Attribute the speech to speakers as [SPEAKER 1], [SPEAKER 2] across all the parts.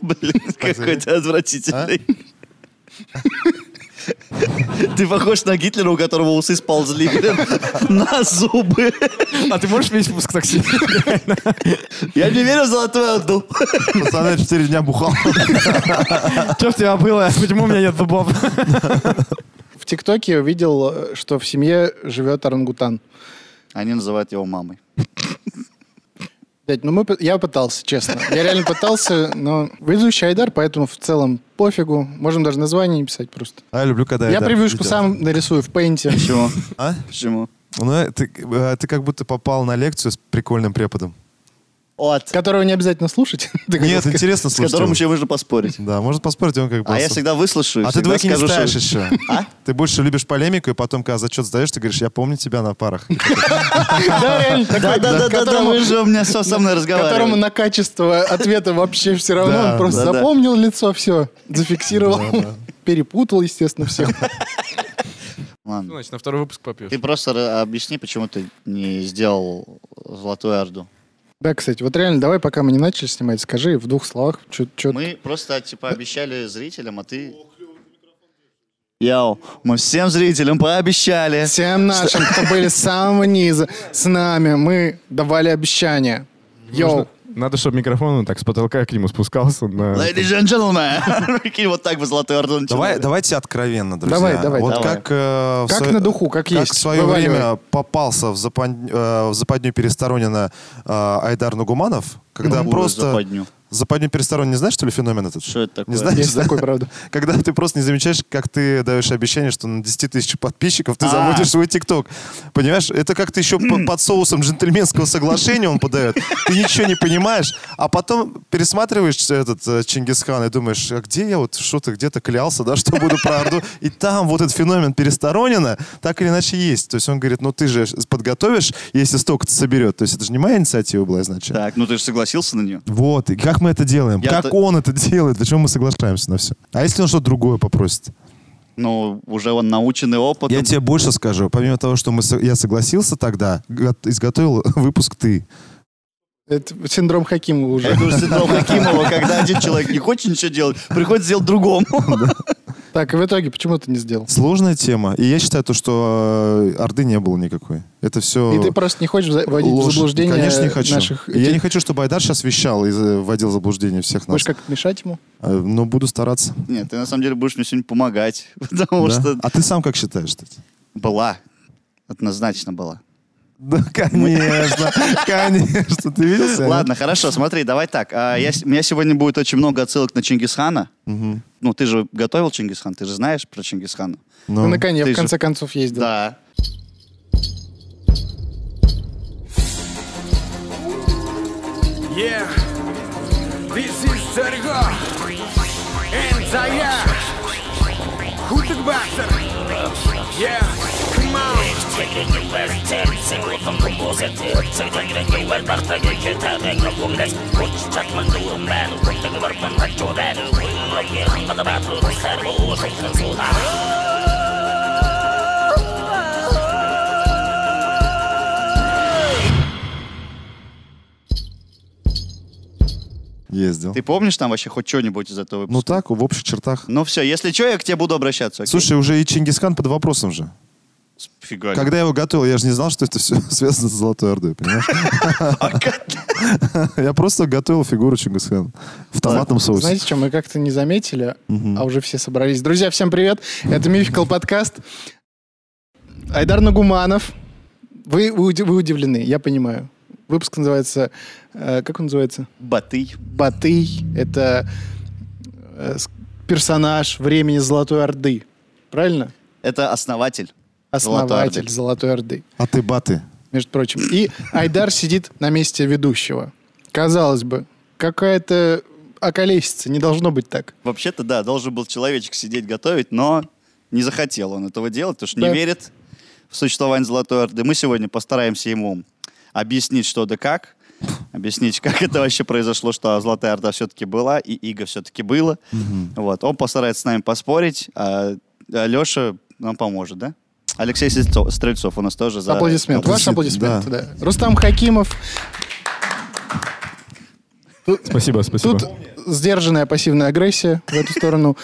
[SPEAKER 1] Блин, какой-то отвратительный. Ты похож на Гитлера, у которого усы сползли, блин, на зубы.
[SPEAKER 2] А ты можешь весь выпуск так сидеть?
[SPEAKER 1] Я не верю в золотую Орду.
[SPEAKER 3] Пацаны, 4 дня бухал.
[SPEAKER 2] Черт тебя было, почему у меня нет зубов?
[SPEAKER 4] В ТикТоке я увидел, э, что в семье живет орангутан.
[SPEAKER 1] Они называют его мамой.
[SPEAKER 4] Блядь, ну мы, п- я пытался, честно. Я реально пытался, но ведущий Айдар, поэтому в целом пофигу. Можем даже название не писать просто.
[SPEAKER 3] А я люблю, когда
[SPEAKER 4] я
[SPEAKER 3] Айдар
[SPEAKER 4] превьюшку
[SPEAKER 3] ведёт.
[SPEAKER 4] сам нарисую в пейнте.
[SPEAKER 1] Почему?
[SPEAKER 3] А?
[SPEAKER 1] Почему?
[SPEAKER 3] Ну, э, ты, э, ты как будто попал на лекцию с прикольным преподом.
[SPEAKER 1] От.
[SPEAKER 4] Которого не обязательно слушать. Ты хотел
[SPEAKER 3] Нет,
[SPEAKER 4] сказать.
[SPEAKER 3] интересно
[SPEAKER 1] С
[SPEAKER 3] слушать.
[SPEAKER 1] которым
[SPEAKER 3] его.
[SPEAKER 1] еще можно поспорить.
[SPEAKER 3] Да, можно поспорить, он как бы...
[SPEAKER 1] А я всегда выслушаю.
[SPEAKER 3] А ты
[SPEAKER 1] всегда
[SPEAKER 3] двойки не
[SPEAKER 1] скажу, что-
[SPEAKER 3] ставишь еще.
[SPEAKER 1] А?
[SPEAKER 3] Ты больше любишь полемику, и потом, когда зачет сдаешь, ты говоришь, я помню тебя на парах.
[SPEAKER 4] Да, реально такой,
[SPEAKER 1] Да, да, да, да, да,
[SPEAKER 4] которому-
[SPEAKER 1] вы же у меня со со мной
[SPEAKER 4] Которому
[SPEAKER 1] разговаривали.
[SPEAKER 4] на качество ответа вообще все равно.
[SPEAKER 3] Да,
[SPEAKER 4] Он просто
[SPEAKER 1] да, да.
[SPEAKER 4] запомнил лицо, все, зафиксировал. Перепутал, естественно, всех.
[SPEAKER 1] Ладно.
[SPEAKER 2] Значит, на второй выпуск попьешь.
[SPEAKER 1] Ты просто ра- объясни, почему ты не сделал золотую орду.
[SPEAKER 4] Да, кстати, вот реально, давай, пока мы не начали снимать, скажи в двух словах, что...
[SPEAKER 1] Мы просто, типа, обещали зрителям, а ты... Яу, мы всем зрителям пообещали.
[SPEAKER 4] Всем нашим, кто были с самого низа, с нами, мы давали обещание. Йоу,
[SPEAKER 2] Надо, чтобы микрофон он так с потолка к нему спускался. на-
[SPEAKER 1] Ladies and gentlemen, Прикинь, вот так бы золотую орду
[SPEAKER 3] Давай,
[SPEAKER 1] начинали.
[SPEAKER 3] давайте откровенно, друзья.
[SPEAKER 4] Давай, давай,
[SPEAKER 3] Вот
[SPEAKER 1] давай.
[SPEAKER 3] как... э, в
[SPEAKER 4] Как
[SPEAKER 3] свое-
[SPEAKER 4] на духу, как есть,
[SPEAKER 3] в свое
[SPEAKER 4] вываливай.
[SPEAKER 3] время попался в, запад- э, в западню Пересторонина э, Айдар Нагуманов, когда
[SPEAKER 1] Какую
[SPEAKER 3] просто...
[SPEAKER 1] западню?
[SPEAKER 3] Западню Пересторонина, не знаешь, что ли, феномен этот?
[SPEAKER 1] Что это такое?
[SPEAKER 3] Не знаешь,
[SPEAKER 4] есть
[SPEAKER 3] да?
[SPEAKER 4] такой, правда.
[SPEAKER 3] Когда ты просто не замечаешь, как ты даешь обещание, что на 10 тысяч подписчиков ты
[SPEAKER 1] А.
[SPEAKER 3] заводишь свой ТикТок. Понимаешь, это как-то еще по- под соусом джентльменского соглашения он подает. Ты ничего не понимаешь. А потом пересматриваешь этот э, Чингисхан и думаешь, а где я вот что-то где-то клялся, да, что буду про Орду. И там вот этот феномен пересторонина так или иначе есть. То есть он говорит, ну ты же подготовишь, если столько-то соберет. То есть это же не моя инициатива была изначально.
[SPEAKER 1] Так, ну ты же согласился на нее.
[SPEAKER 3] Вот, и как мы это делаем?
[SPEAKER 1] Я
[SPEAKER 3] как
[SPEAKER 1] то-
[SPEAKER 3] он это делает? Почему мы соглашаемся на все? А если он что-то другое попросит?
[SPEAKER 1] Ну, уже он наученный опытом.
[SPEAKER 3] Я тебе больше скажу. Помимо того, что мы, со- я согласился тогда, го- изготовил выпуск ты.
[SPEAKER 4] Это синдром Хакимова уже.
[SPEAKER 3] Э?
[SPEAKER 1] Это уже синдром Хакимова, когда один человек не хочет ничего делать, приходится делать другому.
[SPEAKER 4] Так, и в итоге почему ты не сделал?
[SPEAKER 3] Сложная тема. И я считаю то, что э, Орды не было никакой. Это все...
[SPEAKER 4] И ты просто не хочешь за- вводить в заблуждение
[SPEAKER 3] Конечно, не хочу.
[SPEAKER 4] наших...
[SPEAKER 3] Я не хочу, чтобы Айдар сейчас вещал и э, вводил в заблуждение всех нас.
[SPEAKER 4] Будешь как мешать ему?
[SPEAKER 3] Э, Но буду стараться.
[SPEAKER 1] Нет, ты на самом деле будешь мне сегодня помогать, потому
[SPEAKER 3] Да?
[SPEAKER 4] э,
[SPEAKER 1] что
[SPEAKER 3] А ты сам как считаешь? кстати?
[SPEAKER 1] была. Однозначно была.
[SPEAKER 3] Да, конечно, конечно. Ты видел? Саня?
[SPEAKER 1] Ладно, хорошо, смотри, давай так. А, я с- у меня сегодня будет очень много отсылок на Чингисхана. Ну, ты же готовил Чингисхан, ты же знаешь про Чингисхана.
[SPEAKER 3] Ну.
[SPEAKER 4] Ну, на коне,
[SPEAKER 1] ты
[SPEAKER 4] в
[SPEAKER 1] же-
[SPEAKER 4] конце концов, ездил.
[SPEAKER 1] Да.
[SPEAKER 5] Yeah, this is Sergo and Zaya. Who took Baxter? Yeah, come on.
[SPEAKER 3] Ездил.
[SPEAKER 1] Ты помнишь там вообще хоть что-нибудь из этого
[SPEAKER 3] Ну
[SPEAKER 1] выпуска?
[SPEAKER 3] так, в общих чертах.
[SPEAKER 1] Ну, все, если что, я к тебе буду обращаться. окей?
[SPEAKER 3] Слушай, уже и Чингисхан под вопросом же.
[SPEAKER 1] Фига.
[SPEAKER 3] Когда я его готовил, я же не знал, что это все связано с Золотой Ордой, понимаешь? Я просто готовил фигуру Чингисхана в томатном соусе.
[SPEAKER 4] Знаете что, мы как-то не заметили, а уже все собрались. Друзья, всем привет. Это Мификал подкаст. Айдар Нагуманов. Вы, вы, уди- вы удивлены, я понимаю. Выпуск называется... э, как он называется?
[SPEAKER 1] Батый.
[SPEAKER 4] Батый. Это э, с- персонаж времени Золотой Орды. Правильно?
[SPEAKER 1] Это основатель. Золотой
[SPEAKER 4] Основатель
[SPEAKER 1] Орды.
[SPEAKER 4] Золотой Орды,
[SPEAKER 3] А ты баты.
[SPEAKER 4] между прочим. И Айдар сидит на месте ведущего. Казалось бы, какая-то околесица. Не должно быть так.
[SPEAKER 1] Вообще-то, да, должен был человечек сидеть готовить, но не захотел он этого делать, потому что
[SPEAKER 4] Да.
[SPEAKER 1] не верит в существование Золотой Орды. Мы сегодня постараемся ему объяснить, что да как, объяснить, как это вообще произошло, что Золотая Орда все-таки была, и Иго все-таки было. Вот. Он постарается с нами поспорить, а Леша нам поможет, да? Алексей Стрельцов, Стрельцов у нас тоже за...
[SPEAKER 4] Аплодисмент. Ваш
[SPEAKER 3] Аплодисмент,
[SPEAKER 4] аплодисмент, да. Рустам Хакимов.
[SPEAKER 2] Спасибо, спасибо.
[SPEAKER 4] Тут сдержанная пассивная агрессия в эту сторону.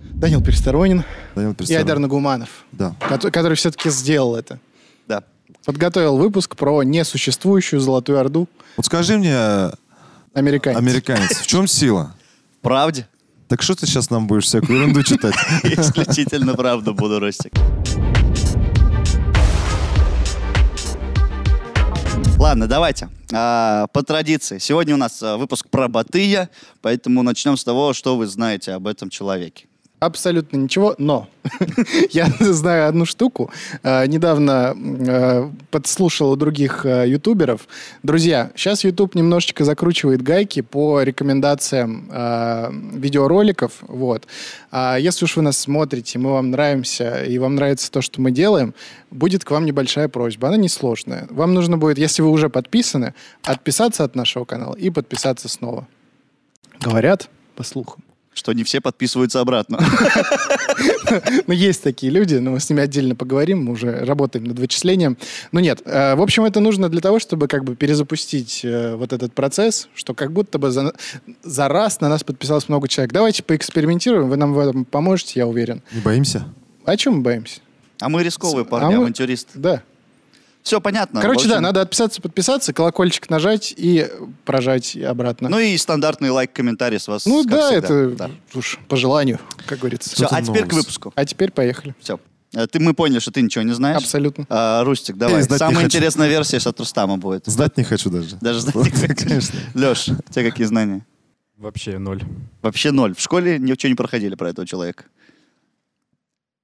[SPEAKER 4] Данил Пересторонин
[SPEAKER 3] Данил
[SPEAKER 4] и
[SPEAKER 3] Перстеров.
[SPEAKER 4] Айдар Нагуманов,
[SPEAKER 3] Да.
[SPEAKER 4] кото- который все-таки сделал это.
[SPEAKER 1] Да.
[SPEAKER 4] Подготовил выпуск про несуществующую Золотую Орду
[SPEAKER 3] Вот скажи мне, э,
[SPEAKER 4] американец.
[SPEAKER 3] американец, в чем сила?
[SPEAKER 1] Правде?
[SPEAKER 3] Так что ты сейчас нам будешь всякую ерунду читать?
[SPEAKER 1] Исключительно правду буду, Ростик. Ладно, давайте. А, по традиции. Сегодня у нас а, выпуск про Батыя, поэтому начнем с того, что вы знаете об этом человеке.
[SPEAKER 4] Абсолютно ничего, но я знаю одну штуку. Э, недавно э, подслушал у других э, ютуберов. Друзья, сейчас YouTube немножечко закручивает гайки по рекомендациям э, видеороликов. Вот. А если уж вы нас смотрите, мы вам нравимся, и вам нравится то, что мы делаем, будет к вам небольшая просьба. Она несложная. Вам нужно будет, если вы уже подписаны, отписаться от нашего канала и подписаться снова. Говорят, по слухам.
[SPEAKER 1] Что не все подписываются обратно.
[SPEAKER 4] Ну, есть такие люди, но мы с ними отдельно поговорим, мы уже работаем над вычислением. Но нет, э, в общем, это нужно для того, чтобы как бы перезапустить э, вот этот процесс, что как будто бы за, за раз на нас подписалось много человек. Давайте поэкспериментируем, вы нам в этом поможете, я уверен.
[SPEAKER 3] Не боимся?
[SPEAKER 4] О чем мы боимся?
[SPEAKER 1] А мы рисковые парни,
[SPEAKER 4] А мы-
[SPEAKER 1] авантюристы.
[SPEAKER 4] Да.
[SPEAKER 1] Все понятно. в
[SPEAKER 4] Короче,
[SPEAKER 1] общем.
[SPEAKER 4] да, надо отписаться, подписаться, колокольчик нажать и прожать обратно.
[SPEAKER 1] Ну и стандартный лайк, комментарий с вас.
[SPEAKER 4] Ну
[SPEAKER 1] как
[SPEAKER 4] да,
[SPEAKER 1] всегда.
[SPEAKER 4] это
[SPEAKER 1] Да.
[SPEAKER 4] уж по желанию, как говорится.
[SPEAKER 1] Всё,
[SPEAKER 3] Что-то
[SPEAKER 1] а теперь к
[SPEAKER 3] новость.
[SPEAKER 1] выпуску.
[SPEAKER 4] А теперь поехали.
[SPEAKER 1] Все. Ты, мы поняли, что ты ничего не знаешь.
[SPEAKER 4] Абсолютно.
[SPEAKER 1] А, Рустик, давай.
[SPEAKER 3] Я и знать не
[SPEAKER 1] Самая
[SPEAKER 3] хочу.
[SPEAKER 1] интересная версия сейчас от Рустама будет.
[SPEAKER 3] Знать не хочу даже.
[SPEAKER 1] Даже знать
[SPEAKER 3] Вот,
[SPEAKER 1] не хочешь.
[SPEAKER 3] Конечно.
[SPEAKER 1] Леш, у тебя какие знания?
[SPEAKER 2] Вообще ноль.
[SPEAKER 1] Вообще ноль. В школе ничего не проходили про этого человека.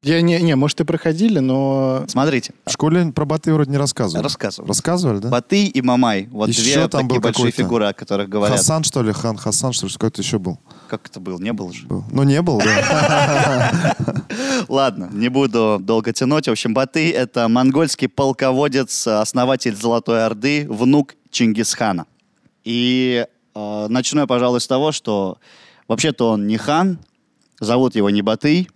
[SPEAKER 4] Я не, не, может, и проходили, но
[SPEAKER 1] Смотрите,
[SPEAKER 3] В школе про баты вроде не рассказывали.
[SPEAKER 1] рассказывал.
[SPEAKER 3] Рассказывали, да?
[SPEAKER 1] Батый и Мамай. Вот
[SPEAKER 3] Ещё
[SPEAKER 1] две такие
[SPEAKER 3] там был
[SPEAKER 1] большие
[SPEAKER 3] какой-то.
[SPEAKER 1] фигуры, о которых говорят.
[SPEAKER 3] Хасан, что ли? Хан Хасан, что ли? Какой-то еще был.
[SPEAKER 1] Как это было? Не было же.
[SPEAKER 3] Был. Ну, не был, да.
[SPEAKER 1] Ладно, не буду долго тянуть. В общем, Батый — это монгольский полководец, э, основатель Золотой Орды, внук Чингисхана. И э, начну я, пожалуй, с того, что вообще-то он не хан, зовут его не Батый,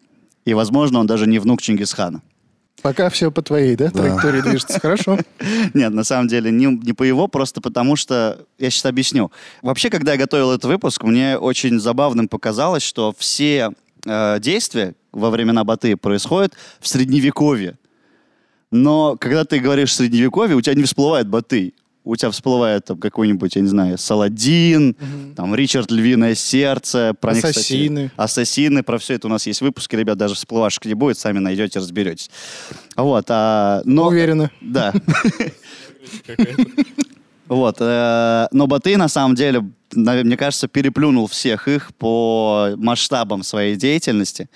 [SPEAKER 1] и, возможно, он даже не внук Чингисхана.
[SPEAKER 4] Пока все по твоей, да, траектории движется. Хорошо.
[SPEAKER 1] Нет, на самом деле, не, не по его, просто потому что, я сейчас объясню. Вообще, когда я готовил этот выпуск, мне очень забавным показалось, что все э, действия во времена Баты происходят в Средневековье. Но когда ты говоришь «Средневековье», у тебя не всплывает Баты. У тебя всплывает там какой-нибудь, я не знаю, Саладин, там Ричард Львиное Сердце. Про них, кстати,
[SPEAKER 4] Ассасины.
[SPEAKER 1] ассасины. Про все это у нас есть выпуски, ребят, даже всплывашек не будет, сами найдете, разберетесь. Вот, а, но...
[SPEAKER 4] Уверена.
[SPEAKER 1] Да. Вот. э, Но Баты, на самом деле, наве- мне кажется, переплюнул всех их по масштабам своей деятельности.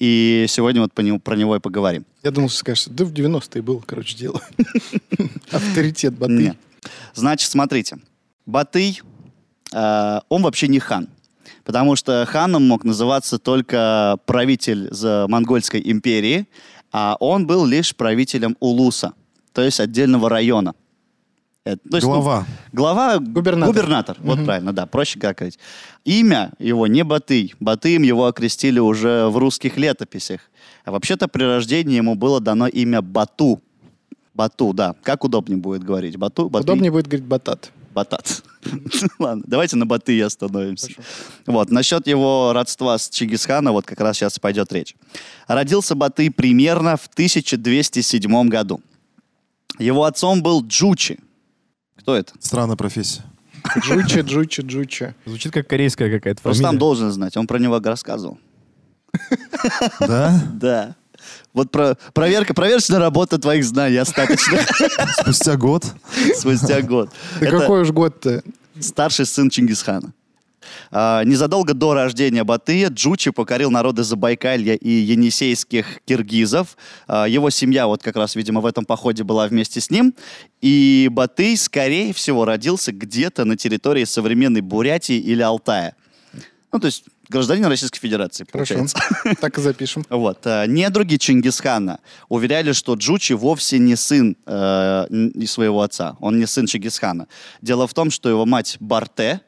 [SPEAKER 1] И сегодня вот по нему- про него и поговорим.
[SPEAKER 4] Я думал, что скажешь, да в 90-е было, короче, дело. Авторитет баты.
[SPEAKER 1] Нет. Значит, смотрите. Батый, э, он вообще не хан. Потому что ханом мог называться только правитель за Монгольской империи, а он был лишь правителем Улуса, то есть отдельного района. Это- то есть, ну,
[SPEAKER 3] Глава.
[SPEAKER 1] глава
[SPEAKER 4] Губернатор.
[SPEAKER 1] Вот правильно, да, проще как говорить. Имя его не Батый. Батыем его окрестили уже в русских летописях. А вообще-то при рождении ему было дано имя Бату. Бату, да. Как удобнее будет говорить? Бату, Батый?
[SPEAKER 4] Удобнее будет говорить батат.
[SPEAKER 1] Батат. Ладно, давайте на Батыя остановимся. Вот, насчет его родства с Чингисханом вот как раз сейчас пойдет речь. Родился Батый примерно в 1207 году. Его отцом был Джучи. Кто это?
[SPEAKER 3] Странная профессия.
[SPEAKER 4] Джуча, джуча, джуча.
[SPEAKER 2] Звучит как корейская какая-то
[SPEAKER 1] Рустам
[SPEAKER 2] фамилия.
[SPEAKER 1] должен знать, он про него рассказывал.
[SPEAKER 3] Да?
[SPEAKER 1] Да. Вот про, проверка, проверочная работа твоих знаний остаточных
[SPEAKER 3] Спустя год.
[SPEAKER 1] спустя год.
[SPEAKER 4] Да
[SPEAKER 1] Это-
[SPEAKER 4] какой уж год-то?
[SPEAKER 1] старший сын Чингисхана. А, Незадолго до рождения Батыя Джучи покорил народы Забайкалья и енисейских киргизов. А, Его семья вот как раз, видимо, в этом походе была вместе с ним. И Батый, скорее всего, родился где-то на территории современной Бурятии или Алтая. Ну, то есть гражданин Российской Федерации,
[SPEAKER 4] Хорошо.
[SPEAKER 1] получается.
[SPEAKER 4] Так и запишем.
[SPEAKER 1] Вот. э, Недруги Чингисхана уверяли, что Джучи вовсе не сын э, н- не своего отца. Он не сын Чингисхана. Дело в том, что его мать Барте,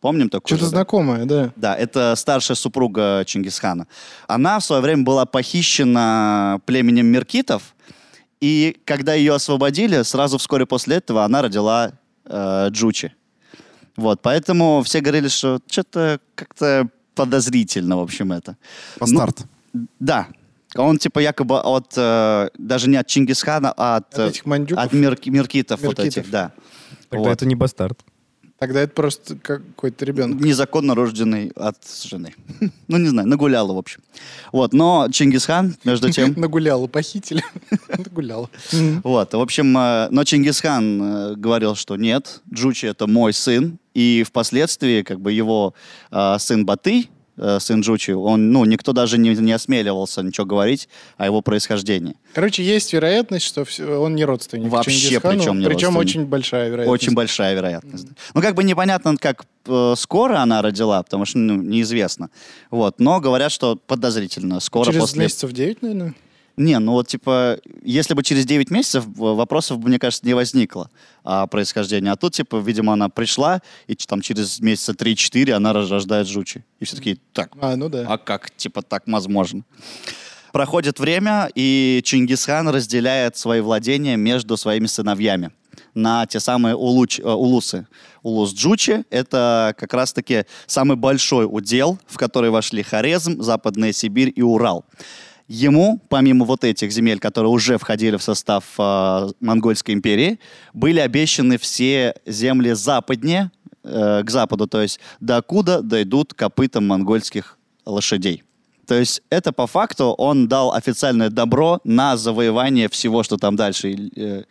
[SPEAKER 1] помним такую?
[SPEAKER 4] Что-то
[SPEAKER 1] же, да?
[SPEAKER 4] знакомое, да.
[SPEAKER 1] Да, это старшая супруга Чингисхана. Она в свое время была похищена племенем меркитов, и когда ее освободили, сразу вскоре после этого она родила э, Джучи. Вот, поэтому все говорили, что что-то как-то подозрительно, в общем, это.
[SPEAKER 3] По
[SPEAKER 1] Ну,
[SPEAKER 3] старт.
[SPEAKER 1] Да. Он типа якобы от, э, даже не от Чингисхана, а от,
[SPEAKER 4] От
[SPEAKER 1] э,
[SPEAKER 4] этих мандюков?
[SPEAKER 1] от мирк- миркитов, вот
[SPEAKER 4] Миркитов.
[SPEAKER 1] этих, да.
[SPEAKER 6] Тогда
[SPEAKER 1] Вот.
[SPEAKER 6] это не бастард.
[SPEAKER 4] Тогда это просто какой-то ребенок.
[SPEAKER 1] Незаконно рожденный от жены. ну, не знаю, нагуляла, в общем. Вот, но Чингисхан, между
[SPEAKER 4] Ну.
[SPEAKER 1] тем...
[SPEAKER 4] Нагуляла, похитили. Нагуляла.
[SPEAKER 1] Вот, в общем, э, но Чингисхан э, говорил, что нет, Джучи это мой сын, и впоследствии как бы его э, сын Баты, э, сын Джучи, он, ну, никто даже не, не осмеливался ничего говорить о его происхождении.
[SPEAKER 4] Короче, есть вероятность, что всё- он не родственник
[SPEAKER 1] Вообще
[SPEAKER 4] Чингисхану,
[SPEAKER 1] причем не
[SPEAKER 4] Причем
[SPEAKER 1] родственник.
[SPEAKER 4] очень большая вероятность.
[SPEAKER 1] Очень большая вероятность. да. Ну, как бы непонятно, как э, скоро она родила, потому что ну, неизвестно. Вот, но говорят, что подозрительно. Скоро
[SPEAKER 4] Через
[SPEAKER 1] после...
[SPEAKER 4] месяцев 9, наверное.
[SPEAKER 1] Не, ну вот типа, если бы через 9 месяцев в- вопросов, мне кажется, не возникло о происхождении. А тут, типа, видимо, она пришла, и ч- там через месяца 3-4 она рож- рождает жучи. И все таки так,
[SPEAKER 4] А, ну да.
[SPEAKER 1] а как, типа, так возможно? Проходит время, и Чингисхан разделяет свои владения между своими сыновьями на те самые улуч- э, улусы. Улус Джучи — это как раз-таки самый большой удел, в который вошли Хорезм, Западная Сибирь и Урал. Ему, помимо вот этих земель, которые уже входили в состав э, Монгольской империи, были обещаны все земли западнее, э, к западу, то есть докуда дойдут копытам монгольских лошадей. То есть это по факту он дал официальное добро на завоевание всего, что там дальше э,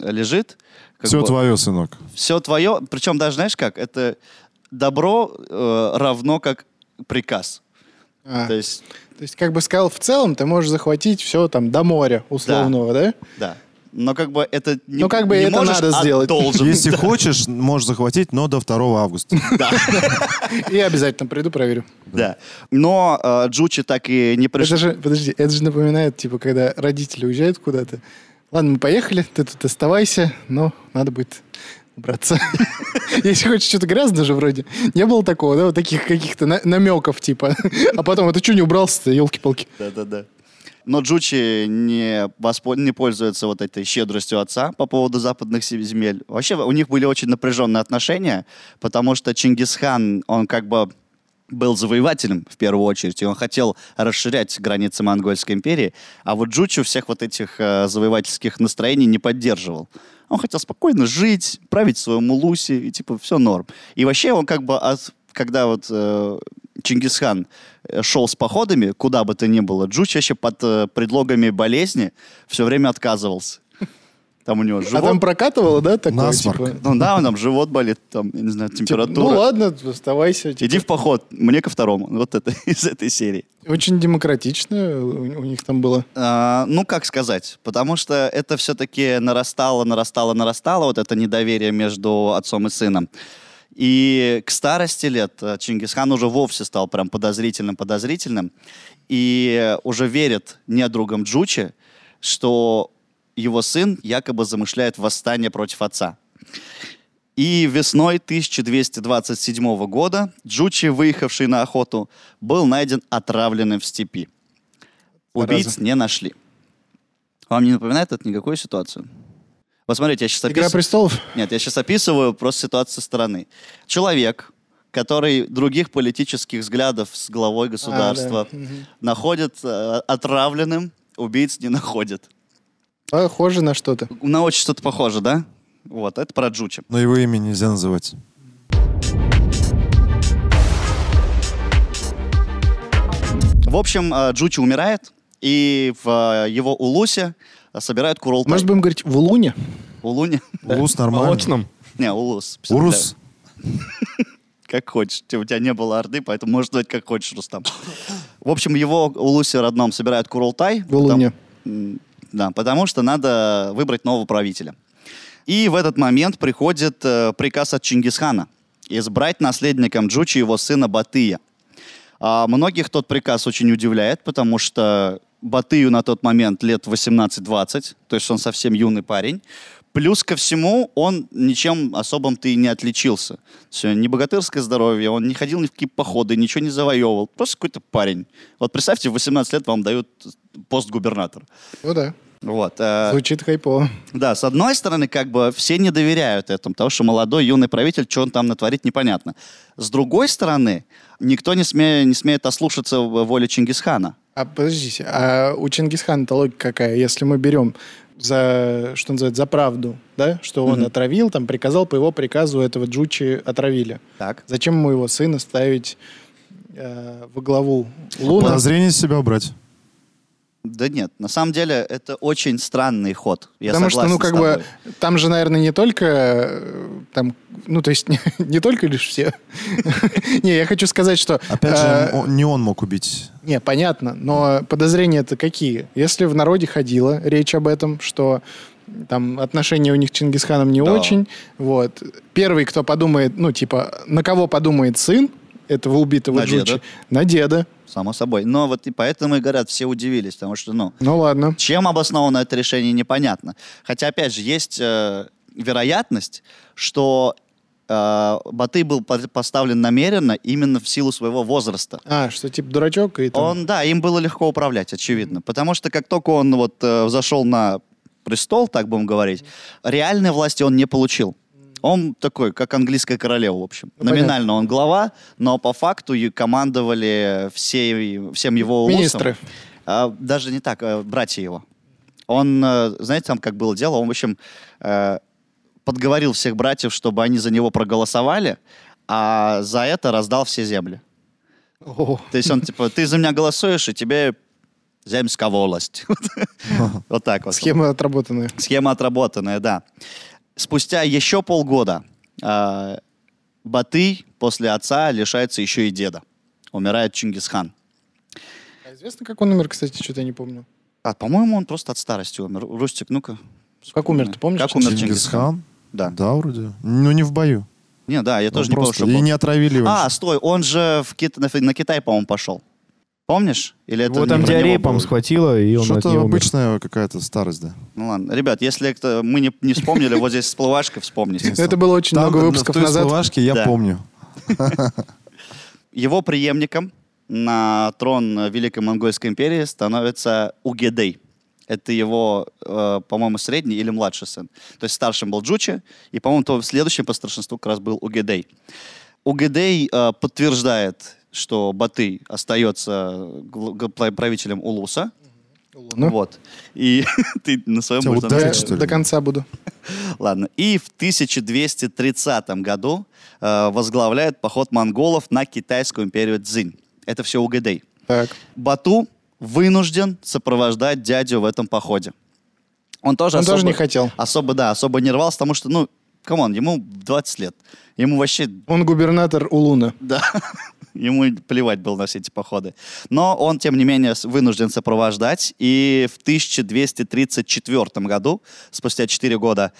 [SPEAKER 1] лежит.
[SPEAKER 3] Все твое, сынок.
[SPEAKER 1] все твое. Причем даже, знаешь как, это добро э, равно как приказ.
[SPEAKER 4] А,
[SPEAKER 1] То есть,
[SPEAKER 4] То есть, как бы сказал, в целом ты можешь захватить все там до моря условного, да?
[SPEAKER 1] да. Но как бы это не,
[SPEAKER 4] Ну, как бы
[SPEAKER 1] не
[SPEAKER 4] это
[SPEAKER 1] можешь,
[SPEAKER 4] надо
[SPEAKER 1] а
[SPEAKER 4] сделать.
[SPEAKER 1] должен.
[SPEAKER 3] Если хочешь, можешь захватить, но до 2 августа.
[SPEAKER 4] И обязательно приду, проверю.
[SPEAKER 1] Да. Но э, Джучи так и не пришел.
[SPEAKER 4] Это же, подожди, это же напоминает, типа, когда родители уезжают куда-то. Ладно, мы поехали, ты тут оставайся, но надо будет убраться. Если хочешь что-то грязное же вроде. Не было такого, да, вот таких каких-то на- намеков, типа. А потом, а ты что не убрался-то, елки-палки?
[SPEAKER 1] Да-да-да. Но Джучи не, воспо- не пользуется вот этой щедростью отца по поводу западных се- земель. Вообще у них были очень напряженные отношения, потому что Чингисхан, он как бы был завоевателем в первую очередь, и он хотел расширять границы Монгольской империи, а вот Джучи всех вот этих э, завоевательских настроений не поддерживал. Он хотел спокойно жить, править своему Луси, и типа все норм. И вообще он как бы от- когда вот э, Чингисхан э, шел с походами, куда бы то ни было, Джуч вообще под э, предлогами болезни все время отказывался. Там у него
[SPEAKER 4] А
[SPEAKER 1] живот...
[SPEAKER 4] там прокатывало, да, такое,
[SPEAKER 3] Насморк.
[SPEAKER 4] типа?
[SPEAKER 1] Ну да, там живот болит, там, я не знаю,
[SPEAKER 4] типа,
[SPEAKER 1] температура.
[SPEAKER 4] Ну ладно, оставайся. типа.
[SPEAKER 1] Иди в поход, мне ко второму. Вот это из этой серии.
[SPEAKER 4] Очень демократично у у них там было.
[SPEAKER 1] А, ну, как сказать, потому что это все-таки нарастало, нарастало, нарастало, вот это недоверие между отцом и сыном. И к старости лет э, Чингисхан уже вовсе стал прям подозрительным-подозрительным и уже верит недругам Джучи, что его сын якобы замышляет восстание против отца. И весной 1227 года Джучи, выехавший на охоту, был найден отравленным в степи. Убийц не нашли. Вам не напоминает это никакую ситуацию? Вот смотрите, я сейчас
[SPEAKER 4] Игра престолов?
[SPEAKER 1] нет, я сейчас описываю просто ситуацию со стороны. Человек, который других политических взглядов с главой государства
[SPEAKER 4] А, да. Мгм.
[SPEAKER 1] находит э, отравленным, убийц не находит.
[SPEAKER 4] Похоже на что-то.
[SPEAKER 1] На очень что-то похоже, да? Вот, это про Джучи.
[SPEAKER 3] Но его имя нельзя называть.
[SPEAKER 1] В общем, э, Джучи умирает, и в э, его улусе э, собирают курултай.
[SPEAKER 4] Может, будем говорить в луне?
[SPEAKER 1] Улуне?
[SPEAKER 3] Улус
[SPEAKER 6] В
[SPEAKER 2] А
[SPEAKER 3] нормально.
[SPEAKER 6] молочном?
[SPEAKER 1] Не, улус.
[SPEAKER 3] Урус.
[SPEAKER 1] как хочешь. Те- У тебя не было орды, поэтому можешь звать как хочешь, Рустам. В общем, его улусе родном собирают Курултай.
[SPEAKER 4] В Улуне.
[SPEAKER 1] Потом- м, Да, потому что надо выбрать нового правителя. И в этот момент приходит э, приказ от Чингисхана избрать наследником Джучи его сына Батыя. А многих тот приказ очень удивляет, потому что Батыю на тот момент лет 18-20, то есть он совсем юный парень. Плюс ко всему, он ничем особым-то и не отличился. То есть у него не богатырское здоровье, он не ходил ни в какие походы, ничего не завоевывал. Просто какой-то парень. Вот представьте, в 18 лет вам дают пост губернатора.
[SPEAKER 4] Ну да.
[SPEAKER 1] Вот. э,
[SPEAKER 4] Звучит хайпово.
[SPEAKER 1] Да, с одной стороны, как бы все не доверяют этому, потому что молодой, юный правитель, что он там натворит, непонятно. С другой стороны, никто не, сме- не смеет ослушаться в- воли Чингисхана.
[SPEAKER 4] А подождите, а у Чингисхана-то логика какая? Если мы берем за, что называется, за правду, да, что он отравил, там, приказал по его приказу этого Джучи отравили.
[SPEAKER 1] Так.
[SPEAKER 4] Зачем ему его сына ставить э, во главу Луна?
[SPEAKER 3] Подозрение с себя брать.
[SPEAKER 1] Да нет, на самом деле это очень странный ход. Я
[SPEAKER 4] Потому что,
[SPEAKER 1] согласен
[SPEAKER 4] ну, как
[SPEAKER 1] с тобой.
[SPEAKER 4] бы, там же, наверное, не только э, там, ну, то есть, не, не только лишь все. Не, я хочу сказать, что...
[SPEAKER 3] Опять
[SPEAKER 4] э,
[SPEAKER 3] же, он- не он мог убить.
[SPEAKER 4] Не, понятно, но подозрения-то какие? Если в народе ходила речь об этом, что там отношения у них с Чингисханом не
[SPEAKER 1] Да.
[SPEAKER 4] очень, вот. Первый, кто подумает, ну, типа, на кого подумает сын этого убитого
[SPEAKER 1] На
[SPEAKER 4] Джучи?
[SPEAKER 1] деда.
[SPEAKER 4] На деда.
[SPEAKER 1] Само собой. Но вот и поэтому и говорят, все удивились, потому что, ну,
[SPEAKER 4] Ну, ладно.
[SPEAKER 1] чем обосновано это решение, непонятно. Хотя, опять же, есть э, вероятность, что э, Баты был по- поставлен намеренно именно в силу своего возраста.
[SPEAKER 4] А, что, типа, дурачок и там...
[SPEAKER 1] Он, да, им было легко управлять, очевидно. Потому что как только он вот э, взошел на престол, так будем говорить, реальной власти он не получил. Он такой, как английская королева, в общем.
[SPEAKER 4] Ну,
[SPEAKER 1] Номинально он глава, но по факту и командовали все, всем его улусом.
[SPEAKER 4] Министры.
[SPEAKER 1] А, даже не так, э, братья его. Он, э, знаете, там как было дело, он, в общем, э, подговорил всех братьев, чтобы они за него проголосовали, а за это раздал все земли.
[SPEAKER 4] О,
[SPEAKER 1] То есть он типа, ты за меня голосуешь, и тебе земская волость. Вот так вот.
[SPEAKER 4] Схема отработанная.
[SPEAKER 1] Схема отработанная, да. Спустя еще полгода э, Баты после отца лишается еще и деда. Умирает Чингисхан.
[SPEAKER 4] А известно, как он умер, кстати, что-то я не помню.
[SPEAKER 1] А, по-моему, он просто от старости умер. Рустик, ну-ка.
[SPEAKER 4] Как умер, ты помнишь?
[SPEAKER 1] Как умер Чингисхан?
[SPEAKER 3] Чингисхан?
[SPEAKER 1] Да.
[SPEAKER 3] Да, вроде. Ну, не в бою.
[SPEAKER 1] Не, да, я
[SPEAKER 3] Он
[SPEAKER 1] тоже не помню,
[SPEAKER 3] просто-
[SPEAKER 1] что
[SPEAKER 3] И
[SPEAKER 1] было.
[SPEAKER 3] не отравили его.
[SPEAKER 1] А, стой, он же в Кит- на, Фи- на Китай, по-моему, пошел. Помнишь? Или это
[SPEAKER 2] Его
[SPEAKER 1] не
[SPEAKER 2] там
[SPEAKER 1] про него
[SPEAKER 2] диарея,
[SPEAKER 1] было?
[SPEAKER 2] по-моему, схватила, и он от нее
[SPEAKER 3] Что-то
[SPEAKER 2] умер.
[SPEAKER 3] обычная какая-то старость, да.
[SPEAKER 1] Ну ладно. Ребят, если кто- мы не, не вспомнили, вот здесь всплывашка вспомните.
[SPEAKER 4] Это было очень
[SPEAKER 3] Там,
[SPEAKER 4] много
[SPEAKER 3] ну,
[SPEAKER 4] выпусков
[SPEAKER 3] в той
[SPEAKER 4] назад.
[SPEAKER 3] всплывашке я
[SPEAKER 1] Да.
[SPEAKER 3] помню.
[SPEAKER 1] Его преемником на трон э, Великой Монгольской империи становится Угедей. Это его, э, по-моему, средний или младший сын. То есть старшим был Джучи, и, по-моему, то следующим по старшинству как раз был Угедей. Угедей э, подтверждает, что Баты остается гл- гл- пла- правителем Улуса.
[SPEAKER 4] Ну,
[SPEAKER 1] Вот. И ты на своем...
[SPEAKER 3] Тебя
[SPEAKER 1] уже там
[SPEAKER 3] ударит,
[SPEAKER 4] я
[SPEAKER 1] скажешь.
[SPEAKER 3] что ли?
[SPEAKER 4] до конца буду.
[SPEAKER 1] Ладно. И в 1230 году э, возглавляет поход монголов на китайскую империю Цзинь. Это все Угадей.
[SPEAKER 4] Так.
[SPEAKER 1] Бату вынужден сопровождать дядю в этом походе. Он тоже,
[SPEAKER 4] Он
[SPEAKER 1] особо,
[SPEAKER 4] тоже не хотел.
[SPEAKER 1] Особо, да, особо не рвался, потому что, ну, камон, ему 20 лет. Ему вообще
[SPEAKER 4] Он губернатор Улуна.
[SPEAKER 1] да. Ему и плевать было на все эти походы. Но он, тем не менее, с- вынужден сопровождать. И в 1234 году, спустя 4 года,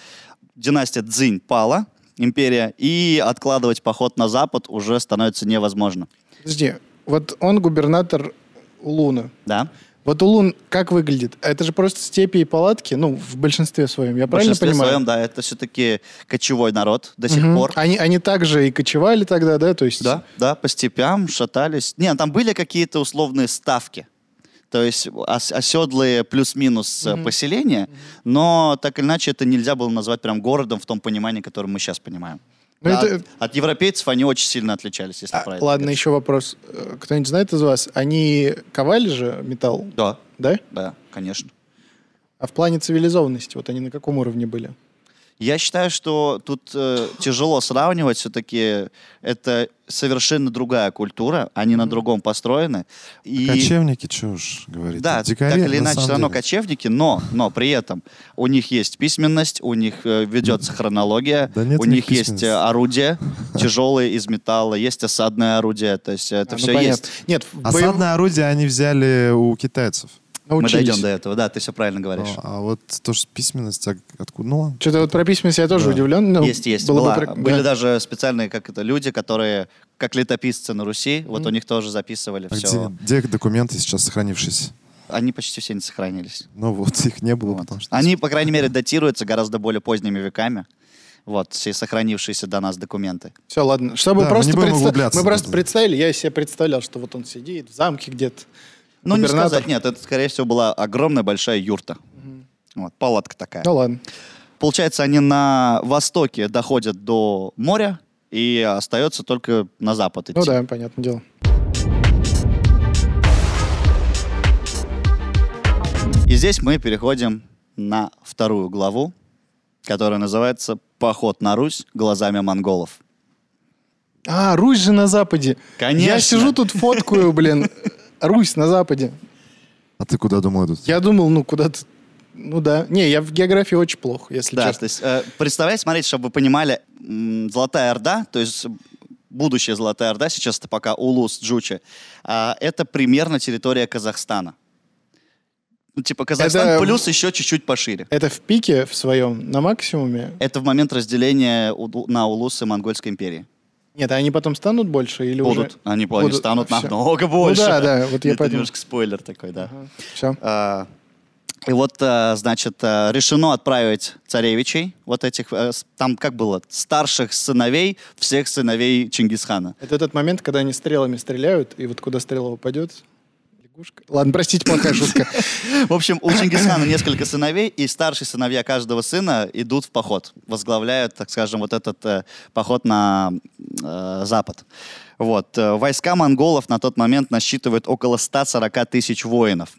[SPEAKER 1] династия Цзинь пала, империя, и откладывать поход на запад уже становится невозможно.
[SPEAKER 4] Подожди, вот он губернатор Улуна.
[SPEAKER 1] Да?
[SPEAKER 4] Вот Улун как выглядит? Это же просто степи и палатки, ну, в большинстве своем, я
[SPEAKER 1] В
[SPEAKER 4] правильно
[SPEAKER 1] большинстве
[SPEAKER 4] понимаю?
[SPEAKER 1] своем, да, это все-таки кочевой народ до сих
[SPEAKER 4] Мгм. А
[SPEAKER 1] пор.
[SPEAKER 4] Они, они также и кочевали тогда, да? То есть
[SPEAKER 1] Да, да, по степям шатались. Не, там были какие-то условные ставки. То есть ос- оседлые плюс-минус э, поселения, но так или иначе это нельзя было назвать прям городом в том понимании, которое мы сейчас понимаем.
[SPEAKER 4] Ну,
[SPEAKER 1] Да,
[SPEAKER 4] это-
[SPEAKER 1] от, от европейцев они очень сильно отличались, если
[SPEAKER 4] А,
[SPEAKER 1] правильно.
[SPEAKER 4] ладно,
[SPEAKER 1] говорить.
[SPEAKER 4] еще вопрос. Э, Кто-нибудь знает из вас? Они ковали же металл,
[SPEAKER 1] Да,
[SPEAKER 4] да?
[SPEAKER 1] да, конечно.
[SPEAKER 4] А в плане цивилизованности, вот они на каком уровне были?
[SPEAKER 1] Я считаю, что тут э, тяжело сравнивать все-таки. Это совершенно другая культура, они на другом построены. И...
[SPEAKER 4] а
[SPEAKER 3] Кочевники, чего уж говорить.
[SPEAKER 1] Да,
[SPEAKER 3] Дикари,
[SPEAKER 1] так или
[SPEAKER 3] на
[SPEAKER 1] иначе,
[SPEAKER 3] самом
[SPEAKER 1] все равно
[SPEAKER 3] деле.
[SPEAKER 1] кочевники, но, но при этом у них есть письменность, у них э, ведется хронология,
[SPEAKER 3] Да нет
[SPEAKER 1] у
[SPEAKER 3] у них
[SPEAKER 1] них есть
[SPEAKER 3] письменности.
[SPEAKER 1] э, орудия тяжелые из металла, есть осадное орудие, то есть это
[SPEAKER 4] А, ну,
[SPEAKER 1] все
[SPEAKER 4] понятно.
[SPEAKER 1] есть.
[SPEAKER 4] Нет, в боев-
[SPEAKER 3] Осадное орудие они взяли у китайцев.
[SPEAKER 1] Мы
[SPEAKER 4] научились.
[SPEAKER 1] дойдем до этого, да, ты все правильно говоришь.
[SPEAKER 3] А вот то, что письменность, а откуда? Ну, ладно.
[SPEAKER 4] Что-то вот про письменность я тоже
[SPEAKER 3] Да.
[SPEAKER 4] удивлен. но
[SPEAKER 1] есть, есть,
[SPEAKER 4] было бы
[SPEAKER 1] была.
[SPEAKER 4] прик-
[SPEAKER 1] Были
[SPEAKER 4] да.
[SPEAKER 1] даже специальные как это люди, которые как летописцы на Руси, вот у них тоже записывали
[SPEAKER 3] А
[SPEAKER 1] все.
[SPEAKER 3] где, где документы сейчас сохранившиеся?
[SPEAKER 1] Они почти все не сохранились.
[SPEAKER 3] Ну вот, их не было,
[SPEAKER 1] Вот.
[SPEAKER 3] потому что...
[SPEAKER 1] Они, по крайней мере, датируются гораздо более поздними веками. Вот, все сохранившиеся до нас документы.
[SPEAKER 4] Все, ладно. Чтобы
[SPEAKER 3] Да, мы
[SPEAKER 4] просто
[SPEAKER 3] не будем
[SPEAKER 4] предста-
[SPEAKER 3] углубляться
[SPEAKER 4] Мы
[SPEAKER 3] в
[SPEAKER 4] просто
[SPEAKER 3] это.
[SPEAKER 4] представили, я себе представлял, что вот он сидит в замке где-то.
[SPEAKER 1] Ну, не
[SPEAKER 4] Губернатор.
[SPEAKER 1] сказать, нет, это, скорее всего, была огромная большая юрта. Вот, палатка такая.
[SPEAKER 4] Ну ладно.
[SPEAKER 1] Получается, они на востоке доходят до моря, и остается только на запад идти.
[SPEAKER 4] Ну да, понятное дело.
[SPEAKER 1] И здесь мы переходим на вторую главу, которая называется «Поход на Русь глазами монголов».
[SPEAKER 4] А, Русь же на Западе.
[SPEAKER 1] Конечно.
[SPEAKER 4] Я сижу тут, фоткаю, блин. Русь на Западе.
[SPEAKER 3] А ты куда думал идут?
[SPEAKER 4] Я думал, ну куда-то... Ну да. Не, я в географии очень плохо, если
[SPEAKER 1] Да, то
[SPEAKER 4] честно.
[SPEAKER 1] есть, э, представляете, смотрите, чтобы вы понимали, м, Золотая Орда, то есть э, будущее Золотая Орда, сейчас это пока Улус, Джучи, а, это примерно территория Казахстана. Ну, типа Казахстан
[SPEAKER 4] Это-
[SPEAKER 1] плюс еще чуть-чуть пошире.
[SPEAKER 4] Это в пике в своем, на максимуме.
[SPEAKER 1] Это в момент разделения Уду- на Улус и Монгольской империи.
[SPEAKER 4] Нет, а они потом станут больше или
[SPEAKER 1] Будут,
[SPEAKER 4] уже...
[SPEAKER 1] они, они
[SPEAKER 4] будут,
[SPEAKER 1] станут
[SPEAKER 4] всё. Ну
[SPEAKER 1] намного больше.
[SPEAKER 4] да, да, вот я
[SPEAKER 1] Это
[SPEAKER 4] поэтому-
[SPEAKER 1] немножко спойлер такой, да.
[SPEAKER 4] Все.
[SPEAKER 1] А, И вот, а, значит, а, решено отправить царевичей, вот этих, э, с- там как было, старших сыновей, всех сыновей Чингисхана.
[SPEAKER 4] Это тот момент, когда они стрелами стреляют, и вот куда стрела упадет, лягушка. Ладно, простите, плохая шутка.
[SPEAKER 1] В общем, у Чингисхана несколько сыновей, и старшие сыновья каждого сына идут в поход, возглавляют, так скажем, вот этот э, поход на э, запад. Вот. э, Войска монголов на тот момент насчитывают около 140 тысяч воинов.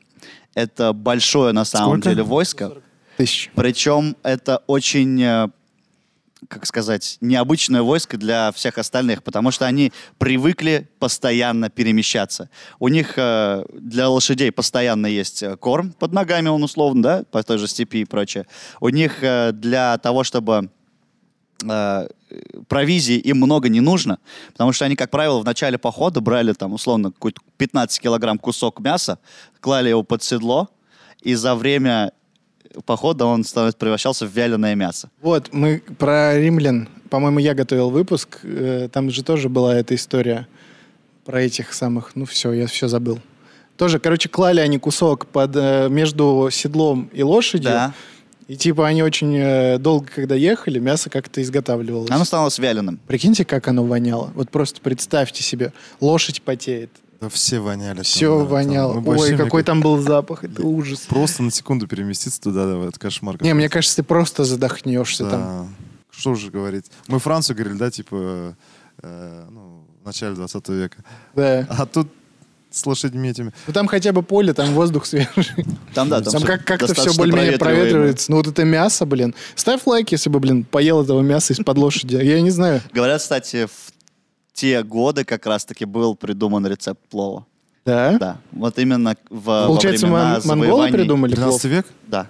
[SPEAKER 1] Это большое, на самом
[SPEAKER 3] Сколько?
[SPEAKER 1] деле, войско.
[SPEAKER 4] Тысяч.
[SPEAKER 1] Причем это очень, э, как сказать, необычное войско для всех остальных, потому что они привыкли постоянно перемещаться. У них э, для лошадей постоянно есть э, корм под ногами, он условно, да, по той же степи и прочее. У них э, для того, чтобы э, провизии им много не нужно, потому что они, как правило, в начале похода брали там, условно, какой-то 15 килограмм кусок мяса, клали его под седло, и за время похода он становится, превращался в вяленое мясо.
[SPEAKER 4] Вот, мы про римлян. По-моему, я готовил выпуск. э, Там же тоже была эта история про этих самых... Ну все, я все забыл. Тоже, короче, клали они кусок под, э, между седлом и лошадью.
[SPEAKER 1] Да.
[SPEAKER 4] И типа они очень э, долго, когда ехали, мясо как-то изготавливалось.
[SPEAKER 1] Оно становилось вяленым.
[SPEAKER 4] Прикиньте, как оно воняло. Вот просто представьте себе, лошадь потеет.
[SPEAKER 3] Да все воняли. там,
[SPEAKER 4] Все
[SPEAKER 3] да, там.
[SPEAKER 4] воняло.
[SPEAKER 3] Ну,
[SPEAKER 4] Ой,
[SPEAKER 3] вообще,
[SPEAKER 4] какой
[SPEAKER 3] мне
[SPEAKER 4] там был запах. Это ужас.
[SPEAKER 3] кажется, Просто на секунду переместиться туда, да, это кошмар.
[SPEAKER 4] Не, мне
[SPEAKER 3] какой-то.
[SPEAKER 4] кажется, ты просто задохнешься там.
[SPEAKER 3] Да. Что уже говорить? Мы Францию говорили, да, типа, э, ну, в начале 20 века.
[SPEAKER 4] Да.
[SPEAKER 3] А тут с лошадьми этими.
[SPEAKER 4] Ну там хотя бы поле, там воздух свежий.
[SPEAKER 1] Там, да, там,
[SPEAKER 4] Там,
[SPEAKER 1] всё
[SPEAKER 4] как- как-то все
[SPEAKER 1] достаточно
[SPEAKER 4] более-менее
[SPEAKER 1] проветриваемо.
[SPEAKER 4] проветривается. Ну вот это мясо, блин. Ставь лайк, если бы, блин, поел этого мяса из-под лошади. Я не знаю.
[SPEAKER 1] Говорят, кстати, в те годы как раз-таки был придуман рецепт плова.
[SPEAKER 4] Да?
[SPEAKER 1] Да, вот именно в, во
[SPEAKER 4] Получается,
[SPEAKER 1] времена
[SPEAKER 4] мон- монголы
[SPEAKER 1] завоеваний.
[SPEAKER 4] придумали плов?
[SPEAKER 3] 13 век?
[SPEAKER 1] Да.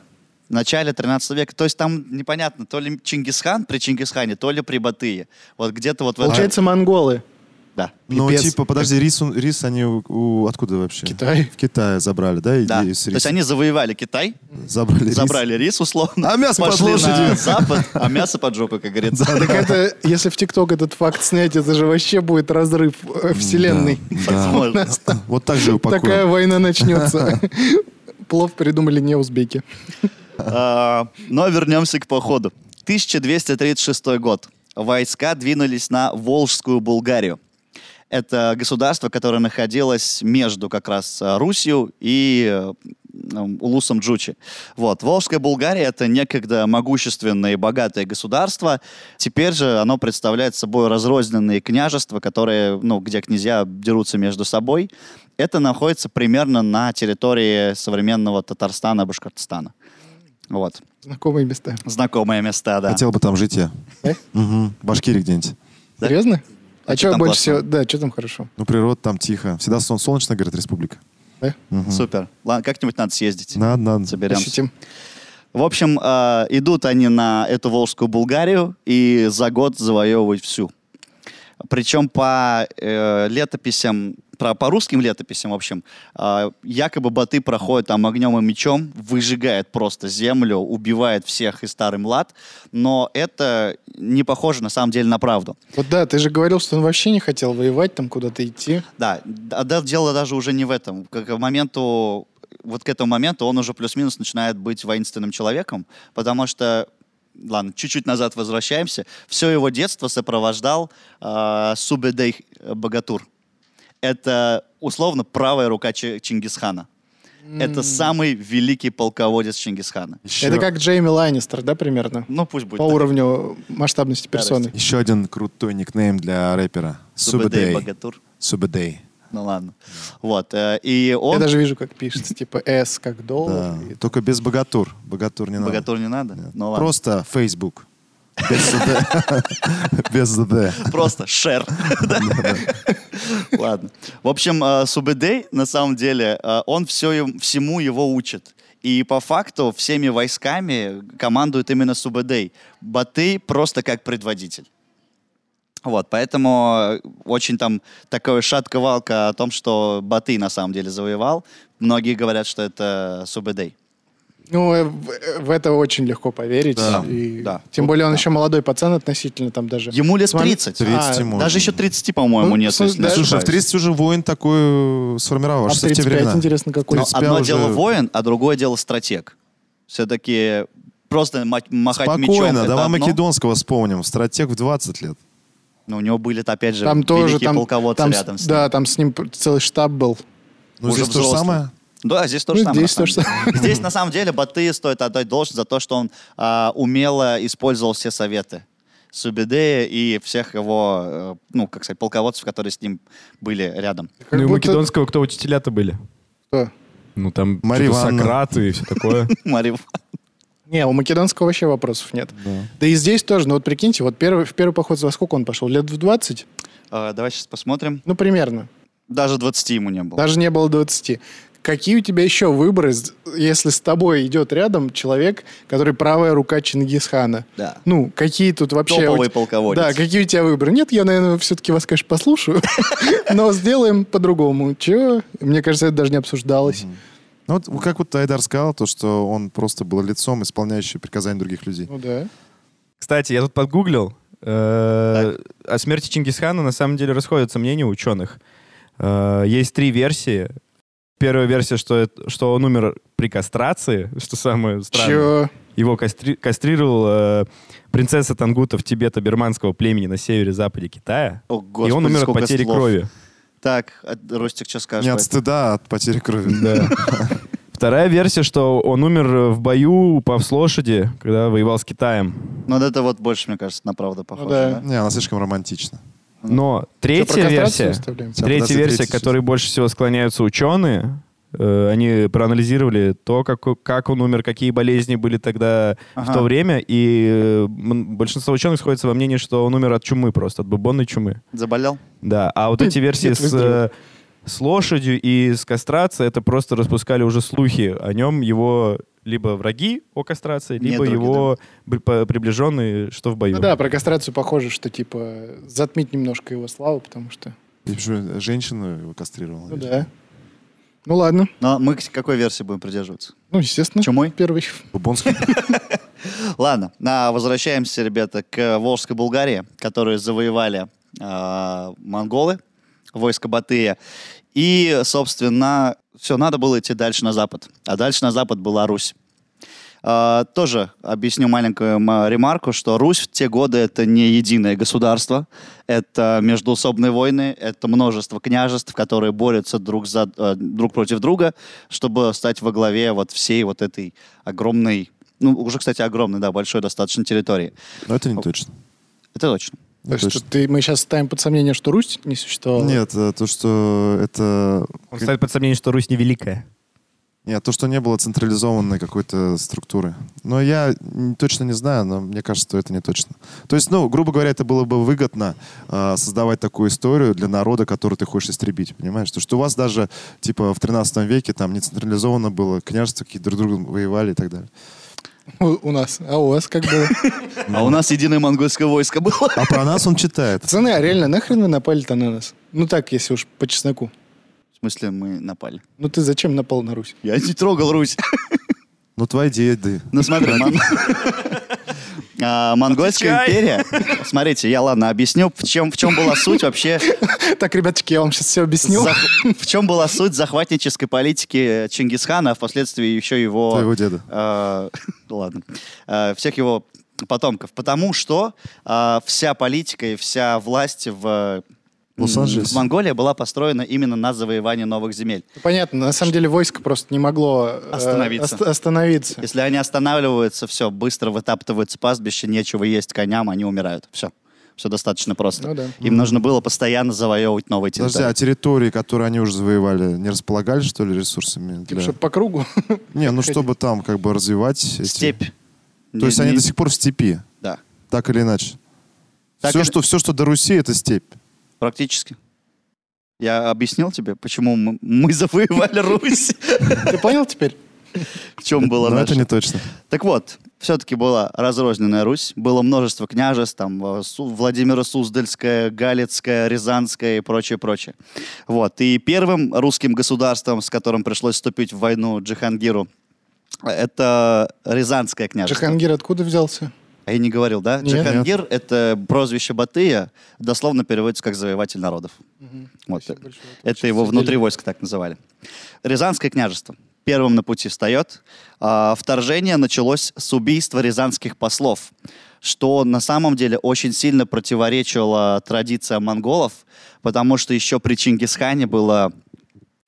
[SPEAKER 1] В начале 13 века. То есть там непонятно, то ли Чингисхан при Чингисхане, то ли при Батые. Вот где-то вот в этом...
[SPEAKER 4] Получается, монголы.
[SPEAKER 1] Да.
[SPEAKER 3] Ну,
[SPEAKER 4] Пипец.
[SPEAKER 3] типа, подожди, рис, он- рис они у- у- откуда вообще?
[SPEAKER 4] Китай.
[SPEAKER 3] В Китае забрали, да,
[SPEAKER 1] Да.
[SPEAKER 3] идею с
[SPEAKER 1] То есть
[SPEAKER 3] рисом?
[SPEAKER 1] они завоевали Китай,
[SPEAKER 3] забрали рис.
[SPEAKER 1] забрали рис условно,
[SPEAKER 3] А мясо под
[SPEAKER 1] пошли на
[SPEAKER 3] лошадью.
[SPEAKER 1] запад, а мясо под жопу, как говорится.
[SPEAKER 4] Так это, если в ТикТок этот факт снять, это же вообще будет разрыв э, вселенной.
[SPEAKER 3] Да.
[SPEAKER 1] Возможно.
[SPEAKER 3] Вот так же и упакуем.
[SPEAKER 4] Такая война начнется. Плов придумали не узбеки.
[SPEAKER 1] А, Но вернемся к походу. 1236 год. Войска двинулись на Волжскую Булгарию. Это государство, которое находилось между как раз э, Русью и э, м, Улусом Джучи. Вот. Волжская Булгария — это некогда могущественное и богатое государство. Теперь же оно представляет собой разрозненные княжества, которые, ну, где князья дерутся между собой. Это находится примерно на территории современного Татарстана, Башкортостана. Вот.
[SPEAKER 4] Знакомые места.
[SPEAKER 1] Знакомые места, да.
[SPEAKER 3] Хотел бы там жить я.
[SPEAKER 4] Да?
[SPEAKER 3] Мгм. В Башкирии где-нибудь.
[SPEAKER 1] Да.
[SPEAKER 4] Серьезно? А,
[SPEAKER 1] А чё
[SPEAKER 4] что
[SPEAKER 1] там
[SPEAKER 4] больше
[SPEAKER 1] классного?
[SPEAKER 4] всего? Да, что там хорошо?
[SPEAKER 3] Ну, природа там тихо. Всегда сон солнечно, говорит, республика.
[SPEAKER 4] Да?
[SPEAKER 3] Мгм.
[SPEAKER 1] Супер. Ладно, как-нибудь надо съездить.
[SPEAKER 3] Надо, надо.
[SPEAKER 1] Соберемся.
[SPEAKER 4] Ощутим.
[SPEAKER 1] В общем, э, идут они на эту Волжскую Булгарию и за год завоевывают всю. Причем по э, летописям, про- по русским летописям, в общем, э, якобы боты проходят там огнем и мечом, выжигает просто землю, убивает всех и старый млад, но это не похоже на самом деле на правду.
[SPEAKER 4] Вот да, ты же говорил, что он вообще не хотел воевать, там куда-то идти.
[SPEAKER 1] Да, да, да, дело даже уже не в этом. К, к моменту, вот к этому моменту он уже плюс-минус начинает быть воинственным человеком, потому что, ладно, чуть-чуть назад возвращаемся, все его детство сопровождал э, Субедей Богатур. Это, условно, правая рука Чи- Чингисхана. это самый великий полководец Чингисхана.
[SPEAKER 3] Еще,
[SPEAKER 4] Это как Джейми Лайнистер, да, примерно?
[SPEAKER 1] Ну, пусть будет
[SPEAKER 4] По
[SPEAKER 1] так.
[SPEAKER 4] уровню масштабности персоны.
[SPEAKER 3] еще один крутой никнейм для рэпера.
[SPEAKER 1] Субэдэй
[SPEAKER 3] Субэдэй.
[SPEAKER 1] Богатур.
[SPEAKER 3] Субэдэй.
[SPEAKER 1] Ну ладно. Вот. э, И он...
[SPEAKER 4] Я даже вижу, как пишется, типа S как доллар.
[SPEAKER 3] Да.
[SPEAKER 4] и-
[SPEAKER 3] Только без богатур. Богатур не надо.
[SPEAKER 1] Богатур не надо? Ну ладно.
[SPEAKER 3] Просто Facebook. Без ЗД. Без ЗД.
[SPEAKER 1] Просто шер. Да. Ладно. В общем, э, Субэдэй, на самом деле, э, он все, всему его учит. И по факту всеми войсками командует именно Субэдэй. Батый просто как предводитель. Вот, поэтому э, очень там такое шатковалка о том, что Батый на самом деле завоевал. Многие говорят, что это Субэдэй.
[SPEAKER 4] Ну, э, в э, в это очень легко поверить.
[SPEAKER 1] Да,
[SPEAKER 4] И
[SPEAKER 1] да.
[SPEAKER 4] Тем более он еще молодой пацан относительно там даже.
[SPEAKER 1] Ему лет
[SPEAKER 4] С вами-
[SPEAKER 1] 30.
[SPEAKER 3] 30
[SPEAKER 4] А,
[SPEAKER 3] ему.
[SPEAKER 1] Даже еще 30, по-моему,
[SPEAKER 4] Ну,
[SPEAKER 1] нет.
[SPEAKER 4] слушай,
[SPEAKER 1] если не
[SPEAKER 4] да.
[SPEAKER 3] Слушай, а в
[SPEAKER 1] ошибаюсь.
[SPEAKER 3] 30 уже воин такой э,
[SPEAKER 4] А в
[SPEAKER 3] сформировался в те
[SPEAKER 4] 35,
[SPEAKER 3] времена.
[SPEAKER 4] интересно, какой.
[SPEAKER 1] Но
[SPEAKER 3] 35
[SPEAKER 1] одно
[SPEAKER 3] уже-
[SPEAKER 1] дело воин, а другое дело стратег. Все-таки просто ма- махать мечом.
[SPEAKER 3] Спокойно,
[SPEAKER 1] это
[SPEAKER 3] давай
[SPEAKER 1] одно.
[SPEAKER 3] Македонского вспомним. Стратег в 20 лет.
[SPEAKER 1] Но Ну, у него были, опять же,
[SPEAKER 4] Там тоже
[SPEAKER 1] великие
[SPEAKER 4] там,
[SPEAKER 1] полководцы
[SPEAKER 4] там с-
[SPEAKER 1] рядом с ним.
[SPEAKER 4] Да, там с ним п- целый штаб был.
[SPEAKER 3] Ну,
[SPEAKER 1] Уже
[SPEAKER 3] здесь то же
[SPEAKER 1] взрослый.
[SPEAKER 3] самое.
[SPEAKER 1] Да, здесь то же
[SPEAKER 4] Ну,
[SPEAKER 1] самое.
[SPEAKER 4] здесь
[SPEAKER 1] на самом
[SPEAKER 4] то же
[SPEAKER 1] деле. Здесь, на самом деле, Батыя стоит отдать должность за то, что он а, умело использовал все советы Субидея и всех его, э, ну, как сказать, полководцев, которые с ним были рядом.
[SPEAKER 2] Ну и у
[SPEAKER 4] будто-
[SPEAKER 2] македонского кто учителя-то были?
[SPEAKER 4] Кто?
[SPEAKER 2] Ну там
[SPEAKER 3] Мария
[SPEAKER 2] что-то
[SPEAKER 3] Ивановна.
[SPEAKER 2] Сократ и все такое.
[SPEAKER 1] Мария
[SPEAKER 4] Не, у македонского вообще вопросов нет. Да и здесь тоже. Ну вот прикиньте, вот первый, в первый поход во сколько он пошел? Лет в 20?
[SPEAKER 1] Ивановна. Э, давай сейчас посмотрим.
[SPEAKER 4] Ну, примерно.
[SPEAKER 1] Даже 20 ему не было.
[SPEAKER 4] Даже не было 20. Какие у тебя еще выборы, с- если с тобой идет рядом человек, который правая рука Чингисхана?
[SPEAKER 1] Да.
[SPEAKER 4] Ну, какие тут вообще...
[SPEAKER 1] Топовый
[SPEAKER 4] у те-
[SPEAKER 1] полководец.
[SPEAKER 4] Да, какие у тебя выборы? Нет, я, наверное, все-таки вас, конечно, послушаю, но сделаем по-другому. Чего? Мне кажется, это даже не обсуждалось.
[SPEAKER 3] Ну, вот, как вот Айдар сказал, то, что он просто был лицом, исполняющим приказания других людей.
[SPEAKER 4] Ну да.
[SPEAKER 2] Кстати, я тут подгуглил. э, О смерти Чингисхана на самом деле расходятся мнения ученых. Э, Есть три версии. Первая версия, что, это- что он умер при кастрации, что самое странное.
[SPEAKER 4] Чего?
[SPEAKER 2] Его кастри- кастрировал э, принцесса Тангутов Тибета бирманского племени на севере-западе Китая.
[SPEAKER 1] О,
[SPEAKER 2] и он
[SPEAKER 1] Господи,
[SPEAKER 2] умер от
[SPEAKER 1] сколько
[SPEAKER 2] потери
[SPEAKER 1] слов.
[SPEAKER 2] крови.
[SPEAKER 1] Так, а, Ростик, что скажешь?
[SPEAKER 3] Не
[SPEAKER 1] по
[SPEAKER 3] от
[SPEAKER 1] этому?
[SPEAKER 3] стыда, а от потери крови.
[SPEAKER 2] Да. Вторая версия, что он умер э, в бою, упав с лошади, когда воевал с Китаем.
[SPEAKER 1] Ну, вот это вот больше, мне кажется, на правду похоже.
[SPEAKER 4] да.
[SPEAKER 1] да?
[SPEAKER 3] Не, она слишком романтична.
[SPEAKER 2] Но
[SPEAKER 4] Чё, про
[SPEAKER 2] третья
[SPEAKER 4] кастрацию
[SPEAKER 2] версия...
[SPEAKER 4] оставляем?
[SPEAKER 3] Всё,
[SPEAKER 2] Третья
[SPEAKER 3] подожди,
[SPEAKER 2] версия,
[SPEAKER 3] третья
[SPEAKER 2] к которой больше всего склоняются ученые, э, они проанализировали то, как, о- как он умер, какие болезни были тогда
[SPEAKER 1] Ага.
[SPEAKER 2] в то время, и э, м, большинство ученых сходится во мнении, что он умер от чумы просто, от бубонной чумы.
[SPEAKER 1] Заболел?
[SPEAKER 2] Да, а вот
[SPEAKER 4] Хм,
[SPEAKER 2] эти версии
[SPEAKER 4] нет,
[SPEAKER 2] с, э,
[SPEAKER 4] выздоровел.
[SPEAKER 2] с лошадью и с кастрацией, это просто распускали уже слухи о нем, его либо враги о кастрации,
[SPEAKER 1] Недруги,
[SPEAKER 2] либо его бри- по- приближенные, что в бою.
[SPEAKER 4] Ну да, про кастрацию похоже, что типа затмить немножко его славу, потому что...
[SPEAKER 3] И почему женщину его кастрировала.
[SPEAKER 4] Ну да. Ну ладно.
[SPEAKER 1] Но мы к какой версии будем придерживаться?
[SPEAKER 4] Ну, естественно.
[SPEAKER 1] Чумой?
[SPEAKER 4] Первый.
[SPEAKER 3] Бубонский.
[SPEAKER 1] Ладно, на, возвращаемся, ребята, к Волжской Булгарии, которую завоевали э, монголы, войско Батыя. И, собственно, все, надо было идти дальше на запад. А дальше на запад была Русь. Э, тоже объясню маленькую м, ремарку, что Русь в те годы это не единое государство, это междуусобные войны, это множество княжеств, которые борются друг, за, э, друг против друга, чтобы стать во главе вот всей вот этой огромной, ну уже, кстати, огромной, да, большой достаточно территории.
[SPEAKER 3] Но это не точно.
[SPEAKER 1] Это точно.
[SPEAKER 3] Не
[SPEAKER 4] Так что
[SPEAKER 3] точно.
[SPEAKER 4] ты, мы сейчас ставим под сомнение, что Русь не существовала.
[SPEAKER 3] Нет, э, то, что это...
[SPEAKER 2] Он ставит под сомнение, что Русь невеликая.
[SPEAKER 3] Нет, то, что не было централизованной какой-то структуры. Но я н- точно не знаю, но мне кажется, что это не точно. То есть, ну, грубо говоря, это было бы выгодно э, создавать такую историю для народа, который ты хочешь истребить, понимаешь? То, что у вас даже, типа, в 13 веке там не централизовано было, княжества какие друг с другом воевали и так далее.
[SPEAKER 4] У, у нас. А у вас как было?
[SPEAKER 1] А у нас единое монгольское войско было.
[SPEAKER 3] А про нас он читает.
[SPEAKER 4] Пацаны, а реально, нахрен вы напали-то на нас? Ну так, если уж по чесноку.
[SPEAKER 1] В смысле, мы напали.
[SPEAKER 4] Ну ты зачем напал на Русь?
[SPEAKER 1] Я не трогал Русь.
[SPEAKER 3] Ну, твои деды.
[SPEAKER 1] Ну смотри, мон- А, Монгольская империя. Смотрите, я ладно объясню, в чем в чем была суть вообще
[SPEAKER 4] Так, ребяточки, я вам сейчас все объяснил.
[SPEAKER 1] зах- в чем была суть захватнической политики Чингисхана, а впоследствии еще его
[SPEAKER 3] Твоего деда.
[SPEAKER 1] э, ладно, э, всех его а, потомков, потому что э, вся политика и вся власть в
[SPEAKER 3] Лос-Анджелес.
[SPEAKER 1] Монголия была построена именно на завоевании новых земель.
[SPEAKER 4] Понятно, на самом деле войско просто не могло э,
[SPEAKER 1] Остановиться.
[SPEAKER 4] ост- остановиться.
[SPEAKER 1] Если они останавливаются, все, быстро вытаптывают с пастбища, нечего есть коням, они умирают. Все. Все достаточно просто.
[SPEAKER 4] Ну да.
[SPEAKER 1] Им нужно было постоянно завоевывать новые территории.
[SPEAKER 3] Подожди, а территории, которые они уже завоевали, не располагали, что ли, ресурсами?
[SPEAKER 4] Типа,
[SPEAKER 3] для-
[SPEAKER 4] чтоб по кругу.
[SPEAKER 3] Не, ну чтобы там как бы развивать эти-
[SPEAKER 1] Степь.
[SPEAKER 3] То есть они до сих пор в степи,
[SPEAKER 1] Да,
[SPEAKER 3] так или иначе.
[SPEAKER 1] Так
[SPEAKER 3] все,
[SPEAKER 1] или-
[SPEAKER 3] что, все, что до Руси, это степь.
[SPEAKER 1] практически. Я объяснил тебе, почему мы, мы завоевали Русь.
[SPEAKER 4] Ты понял теперь?
[SPEAKER 1] В чем было
[SPEAKER 3] Но
[SPEAKER 1] наше-
[SPEAKER 3] Ну, это не точно.
[SPEAKER 1] Так вот, все-таки была разрозненная Русь, было множество княжеств, там э, Су- Владимира Суздальская, Галицкая, Рязанская и прочее, прочее. Вот. И первым русским государством, с которым пришлось вступить в войну Джихангиру, э, это Рязанское княжество.
[SPEAKER 4] Джахангир откуда взялся?
[SPEAKER 1] А я не говорил, да?
[SPEAKER 4] Нет.
[SPEAKER 1] Джихангир — это прозвище Батыя, дословно переводится как «завоеватель народов». Вот.
[SPEAKER 4] Спасибо большое.
[SPEAKER 1] Это его
[SPEAKER 4] Обсудили.
[SPEAKER 1] внутри войск так называли. Рязанское княжество первым на пути встает. А, Вторжение началось с убийства рязанских послов, что на самом деле очень сильно противоречило традициям монголов, потому что еще при Чингисхане было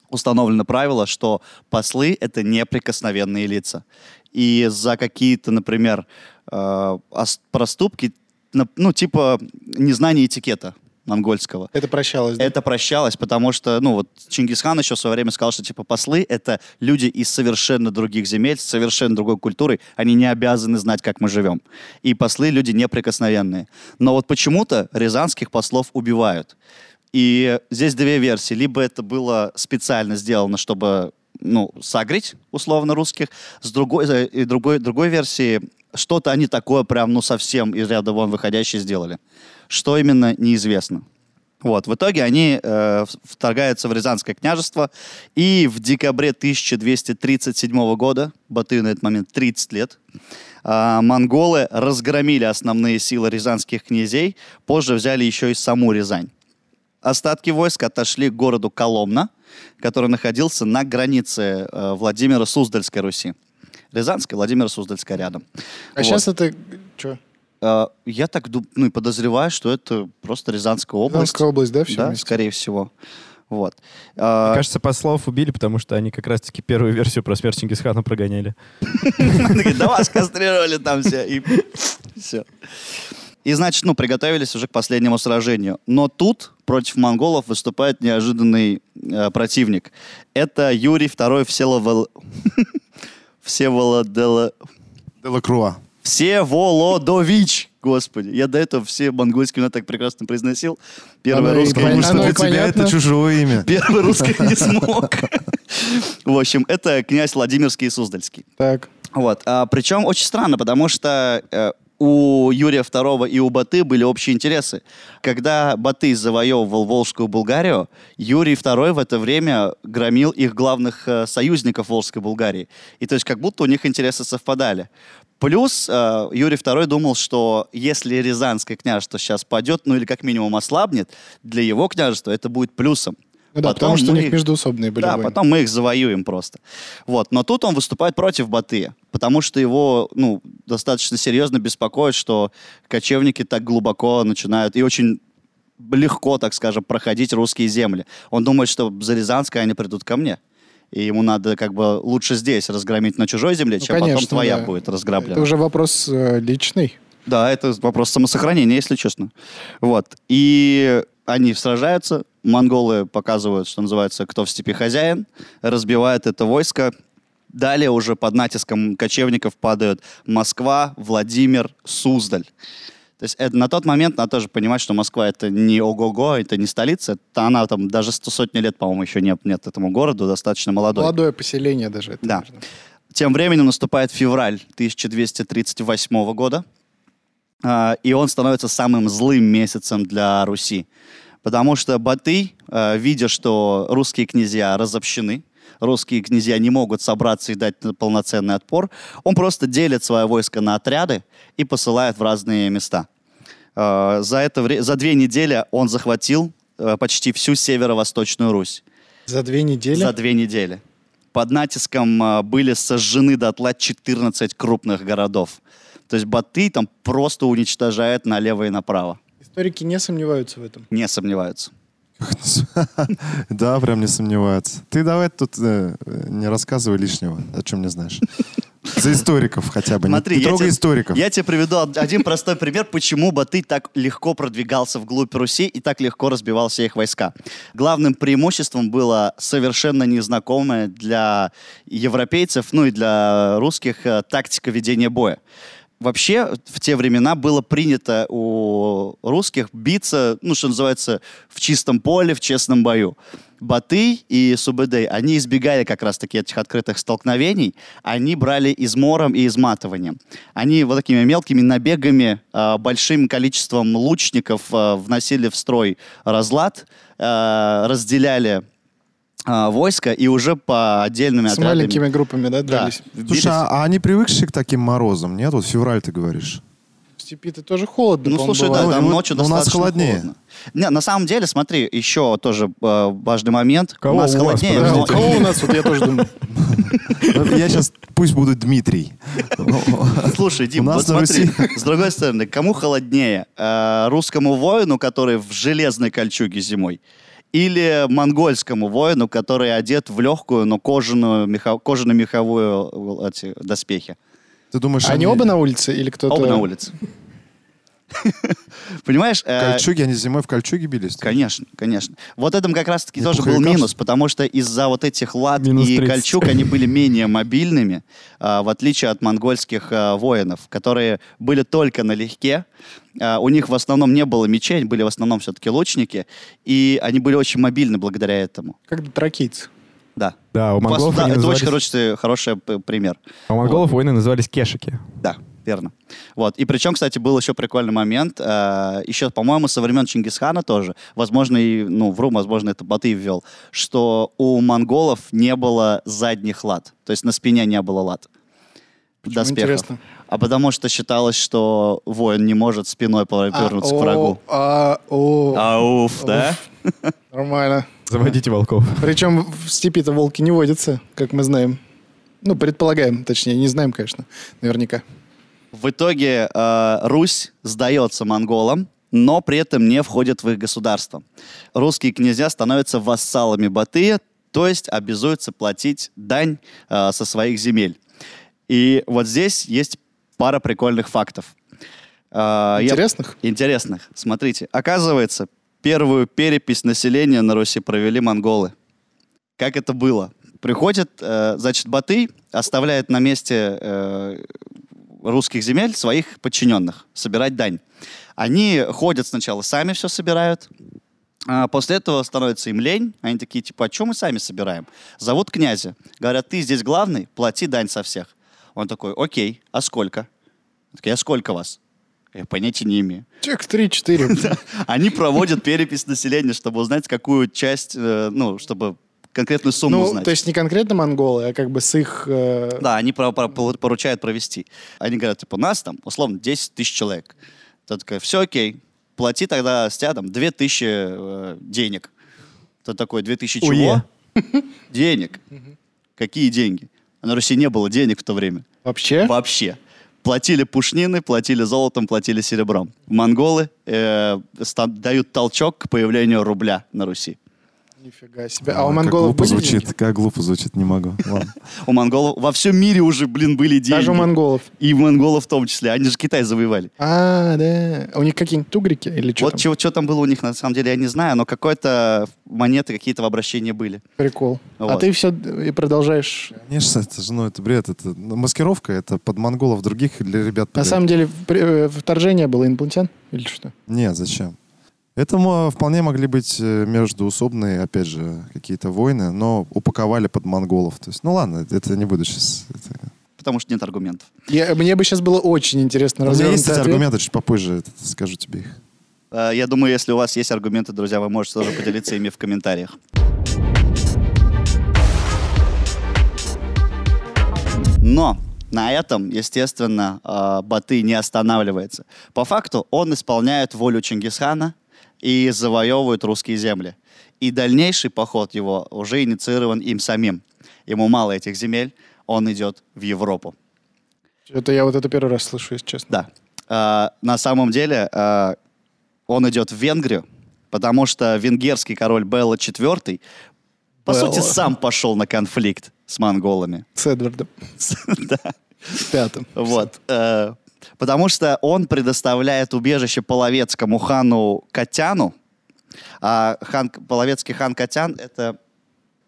[SPEAKER 1] установлено правило, что послы — это неприкосновенные лица. И за какие-то, например, э, ос- проступки, нап- ну, типа незнание этикета монгольского,
[SPEAKER 4] Это прощалось, да?
[SPEAKER 1] это прощалось, потому что, ну, вот Чингисхан еще в свое время сказал, что, типа, послы — это люди из совершенно других земель, с совершенно другой культурой, они не обязаны знать, как мы живем. И послы — люди неприкосновенные. Но вот почему-то рязанских послов убивают. И здесь две версии. Либо это было специально сделано, чтобы ну, сагрить, условно, русских. С другой, э, и другой, другой версии, что-то они такое прям, ну, совсем из ряда вон выходящее сделали. Что именно, неизвестно. Вот, в итоге они э, в- вторгаются в Рязанское княжество, и в декабре 1237 года, Батыю на этот момент 30 лет, а, монголы разгромили основные силы рязанских князей, позже взяли еще и саму Рязань. Остатки войск отошли к городу Коломна, который находился на границе э, Владимира Суздальской Руси. Рязанская, Владимира Суздальская рядом.
[SPEAKER 4] А
[SPEAKER 1] Вот.
[SPEAKER 4] сейчас это... Что?
[SPEAKER 1] Э, я так дум- ну, и подозреваю, что это просто Рязанская область.
[SPEAKER 4] Рязанская область, да, все
[SPEAKER 1] Да,
[SPEAKER 4] вместе?
[SPEAKER 1] скорее всего. Вот. А,
[SPEAKER 2] Кажется, послов убили, потому что они как раз-таки первую версию про смерть Чингисхана прогоняли.
[SPEAKER 1] такие, да вас кастрировали там все. И все. И, значит, ну, приготовились уже к последнему сражению. Но тут против монголов выступает неожиданный э, противник. Это Юрий II Всеволод... Всеволодела...
[SPEAKER 3] Делакруа.
[SPEAKER 1] Всеволодович, господи. Я до этого все монгольские имена так прекрасно произносил. Первое
[SPEAKER 4] Оно и
[SPEAKER 1] русское
[SPEAKER 4] понятно.
[SPEAKER 3] Потому
[SPEAKER 1] имя,
[SPEAKER 3] что
[SPEAKER 4] Оно и
[SPEAKER 3] для тебя это
[SPEAKER 4] понятно.
[SPEAKER 3] чужое имя.
[SPEAKER 1] первое русское не смог. В общем, это князь Владимирский и Суздальский.
[SPEAKER 4] Так.
[SPEAKER 1] Вот. а, причем очень странно, потому что э, у Юрия II и у Баты были общие интересы. Когда Баты завоевывал Волжскую Булгарию, Юрий II в это время громил их главных э, союзников Волжской Булгарии. И то есть как будто у них интересы совпадали. Плюс э, Юрий II думал, что если Рязанское княжество сейчас падет, ну или как минимум ослабнет, для его княжества это будет плюсом.
[SPEAKER 4] Ну да,
[SPEAKER 1] Потом
[SPEAKER 4] потому что у
[SPEAKER 1] мы
[SPEAKER 4] них
[SPEAKER 1] их-
[SPEAKER 4] междуусобные были
[SPEAKER 1] да,
[SPEAKER 4] войны.
[SPEAKER 1] потом мы их завоюем просто. Вот. Но тут он выступает против Батыя, потому что его ну, достаточно серьезно беспокоит, что кочевники так глубоко начинают и очень легко, так скажем, проходить русские земли. Он думает, что за Рязанское они придут ко мне. И ему надо как бы лучше здесь разгромить на чужой земле,
[SPEAKER 4] Ну,
[SPEAKER 1] чем потом
[SPEAKER 4] конечно,
[SPEAKER 1] твоя
[SPEAKER 4] да.
[SPEAKER 1] будет разграблена.
[SPEAKER 4] Это уже вопрос э, личный.
[SPEAKER 1] Да, это вопрос самосохранения, если честно. Вот. И они сражаются, монголы показывают, что называется, кто в степи хозяин, разбивают это войско. Далее уже под натиском кочевников падают Москва, Владимир, Суздаль. То есть это, на тот момент надо тоже понимать, что Москва это не ого-го, это не столица. Это она там даже сто сотни лет, по-моему, еще нет, нет этому городу, достаточно молодой.
[SPEAKER 4] Молодое поселение даже. Это,
[SPEAKER 1] Да.
[SPEAKER 4] наверное.
[SPEAKER 1] Тем временем наступает февраль 1238 года, а, и он становится самым злым месяцем для Руси. Потому что Батый, а, видя, что русские князья разобщены, русские князья не могут собраться и дать полноценный отпор, он просто делит свое войско на отряды и посылает в разные места. А, За, это, вре- за две недели он захватил э, почти всю северо-восточную Русь.
[SPEAKER 4] За две недели?
[SPEAKER 1] За две недели. Под натиском а, были сожжены дотла 14 крупных городов. То есть Баты там просто уничтожает налево и направо.
[SPEAKER 4] Историки не сомневаются в этом.
[SPEAKER 1] Не сомневаются.
[SPEAKER 3] Да, прям не сомневаются. Ты давай тут э, не рассказывай лишнего, о чем не знаешь. За историков хотя бы. Не-
[SPEAKER 1] Смотри,
[SPEAKER 3] не
[SPEAKER 1] я,
[SPEAKER 3] трогай
[SPEAKER 1] тебе,
[SPEAKER 3] историков.
[SPEAKER 1] я тебе приведу од- один простой пример, почему Баты так легко продвигался вглубь Руси и так легко разбивал все их войска. Главным преимуществом было совершенно незнакомое для европейцев, ну и для русских, э, тактика ведения боя. Вообще, в те времена было принято у русских биться, ну, что называется, в чистом поле, в честном бою. Баты и Субэдэй, они избегали как раз-таки этих открытых столкновений, они брали измором и изматыванием. Они вот такими мелкими набегами, э, большим количеством лучников э, вносили в строй разлад, э, разделяли э, войско и уже по отдельными
[SPEAKER 4] С
[SPEAKER 1] отрядами.
[SPEAKER 4] маленькими группами, да,
[SPEAKER 1] Да,
[SPEAKER 4] дрались?
[SPEAKER 1] бились.
[SPEAKER 3] Слушай, а, а они привыкшие к таким морозам, нет? Вот февраль ты говоришь.
[SPEAKER 4] В степи-то тоже холодно,
[SPEAKER 1] Ну,
[SPEAKER 4] по-моему,
[SPEAKER 1] слушай, да,
[SPEAKER 4] бывает.
[SPEAKER 3] бывает.
[SPEAKER 1] там
[SPEAKER 3] Ну,
[SPEAKER 1] ночью
[SPEAKER 3] у нас
[SPEAKER 1] достаточно
[SPEAKER 3] холоднее.
[SPEAKER 1] холодно. Не, на самом деле, смотри, еще тоже э, важный момент.
[SPEAKER 2] Кого
[SPEAKER 1] у нас
[SPEAKER 2] у вас?
[SPEAKER 1] холоднее.
[SPEAKER 2] Подождите.
[SPEAKER 1] но-
[SPEAKER 4] Да, кого у нас, вот я тоже думаю.
[SPEAKER 3] Я сейчас, пусть буду Дмитрий.
[SPEAKER 1] Слушай, Дим,
[SPEAKER 3] У нас
[SPEAKER 1] вот
[SPEAKER 3] на
[SPEAKER 1] смотри, с другой стороны, кому холоднее? Э, русскому воину, который в железной кольчуге зимой, или монгольскому воину, который одет в легкую, но кожаную, меха- кожано-меховую э, эти, доспехи?
[SPEAKER 3] Ты думаешь,
[SPEAKER 4] Они оба на улице или кто-то?
[SPEAKER 1] Оба на улице. Понимаешь?
[SPEAKER 3] в
[SPEAKER 1] э,
[SPEAKER 3] кольчуге, они зимой в кольчуге бились?
[SPEAKER 1] Конечно, конечно. Вот этом как раз-таки
[SPEAKER 3] Ну,
[SPEAKER 1] тоже был
[SPEAKER 3] пуховикам,
[SPEAKER 1] минус, потому что из-за вот этих лад
[SPEAKER 2] Минус
[SPEAKER 1] и
[SPEAKER 2] 30.
[SPEAKER 1] кольчуг они были менее мобильными, а, в отличие от монгольских а, воинов, которые были только налегке. А, У них в основном не было мечей, они были в основном все-таки лучники, и они были очень мобильны благодаря этому.
[SPEAKER 4] Как дотракийцы.
[SPEAKER 1] Да.
[SPEAKER 2] Да, у
[SPEAKER 1] Пос-
[SPEAKER 2] монголов
[SPEAKER 1] да,
[SPEAKER 2] А они
[SPEAKER 1] это очень
[SPEAKER 2] назывались-
[SPEAKER 1] хороший,
[SPEAKER 2] а
[SPEAKER 1] хороший п- пример.
[SPEAKER 2] У монголов войны назывались кешики.
[SPEAKER 1] Да, верно. Вот. И причем, кстати, был еще прикольный момент. э, еще, по-моему, со времен Чингисхана тоже. Возможно, и, ну, вру, возможно, это Баты ввел, что у монголов не было задних лад. То есть на спине не было лад.
[SPEAKER 4] Почему, интересно?
[SPEAKER 1] А потому что считалось, что воин не может спиной повер- повернуться к врагу.
[SPEAKER 4] А, о, а,
[SPEAKER 1] Ауф, да?
[SPEAKER 4] Нормально.
[SPEAKER 2] Заводите волков.
[SPEAKER 4] Причем в степи-то волки не водятся, как мы знаем. Ну, предполагаем, точнее, не знаем, конечно, наверняка.
[SPEAKER 1] В итоге э, Русь сдается монголам, но при этом не входит в их государство. Русские князья становятся вассалами Батыя, то есть обязуются платить дань э, со своих земель. И вот здесь есть пара прикольных фактов. Э, я-
[SPEAKER 4] Интересных?
[SPEAKER 1] Интересных. Смотрите, оказывается, первую перепись населения на Руси провели монголы. Как это было? Приходит, э, значит, Батый оставляет на месте э, русских земель своих подчиненных собирать дань. Они ходят сначала, сами все собирают. а после этого становится им лень. Они такие, типа, а что мы сами собираем? Зовут князя. Говорят, ты здесь главный, плати дань со всех. Он такой, окей, а сколько? Я такие, а сколько вас? Я понятия не имею.
[SPEAKER 4] Чек 3-4.
[SPEAKER 1] Они проводят перепись населения, чтобы узнать, какую часть, э, ну, чтобы конкретную сумму
[SPEAKER 4] Ну,
[SPEAKER 1] узнать.
[SPEAKER 4] то есть не конкретно монголы, а как бы с их... э,
[SPEAKER 1] Типа, Да, они про- про- пол- поручают провести. Они говорят, типа, нас там, условно, 10 тысяч человек. Тот такой, все окей, плати тогда с тебя там 2 тысячи э, денег. Тот такой, 2 тысячи чего?
[SPEAKER 2] Уе.
[SPEAKER 1] Денег. Какие деньги? На Руси не было денег в то время.
[SPEAKER 4] Вообще?
[SPEAKER 1] Вообще. Платили пушнины, платили золотом, платили серебром. Монголы э, ста- дают толчок к появлению рубля на Руси.
[SPEAKER 4] Нифига себе. А у монголов
[SPEAKER 3] глупо
[SPEAKER 4] были
[SPEAKER 3] звучит,
[SPEAKER 4] деньги?
[SPEAKER 3] как глупо звучит, не могу. Ладно.
[SPEAKER 1] У монголов во всем мире уже, блин, были деньги.
[SPEAKER 4] Даже у монголов.
[SPEAKER 1] И монголов в том числе. Они же Китай завоевали.
[SPEAKER 4] А, да. А У них какие-нибудь тугрики или что
[SPEAKER 1] вот
[SPEAKER 4] там?
[SPEAKER 1] чего, что там было у них, на самом деле, я не знаю, но какое-то монеты какие-то в обращении были.
[SPEAKER 4] Прикол. А
[SPEAKER 1] Вот.
[SPEAKER 4] ты все и продолжаешь.
[SPEAKER 3] Конечно, это же, ну, это бред, это ну, маскировка, это под монголов других для ребят.
[SPEAKER 4] На
[SPEAKER 3] бред.
[SPEAKER 4] самом деле при- э, вторжение было инопланетян или что?
[SPEAKER 3] Не, зачем? Это мо- вполне могли быть э, междуусобные, опять же, какие-то войны, но упаковали под монголов. То есть, ну ладно, это не буду сейчас.
[SPEAKER 1] Потому что нет аргументов.
[SPEAKER 4] Я- мне бы сейчас было очень
[SPEAKER 3] У
[SPEAKER 4] интересно
[SPEAKER 3] меня
[SPEAKER 4] развернуть
[SPEAKER 3] есть эти
[SPEAKER 4] ответ.
[SPEAKER 3] аргументы, чуть попозже это скажу тебе их.
[SPEAKER 1] Э, Я думаю, если у вас есть аргументы, друзья, вы можете тоже поделиться ими в комментариях. Но на этом, естественно, э, Баты не останавливается. По факту он исполняет волю Чингисхана и завоевывает русские земли. И дальнейший поход его уже инициирован им самим. Ему мало этих земель, он идет в Европу.
[SPEAKER 4] Это я вот это первый раз
[SPEAKER 1] А,
[SPEAKER 4] слышу, если честно.
[SPEAKER 1] Да. Э, на самом деле э, он а, идет в Венгрию, Потому что венгерский король Белла IV, по
[SPEAKER 4] Белла.
[SPEAKER 1] сути, сам пошел на конфликт с монголами.
[SPEAKER 4] С Эдвардом
[SPEAKER 1] Да.
[SPEAKER 4] Пятым.
[SPEAKER 1] Вот. э, Потому что он предоставляет убежище половецкому хану Катяну. А хан, половецкий хан Катян — это...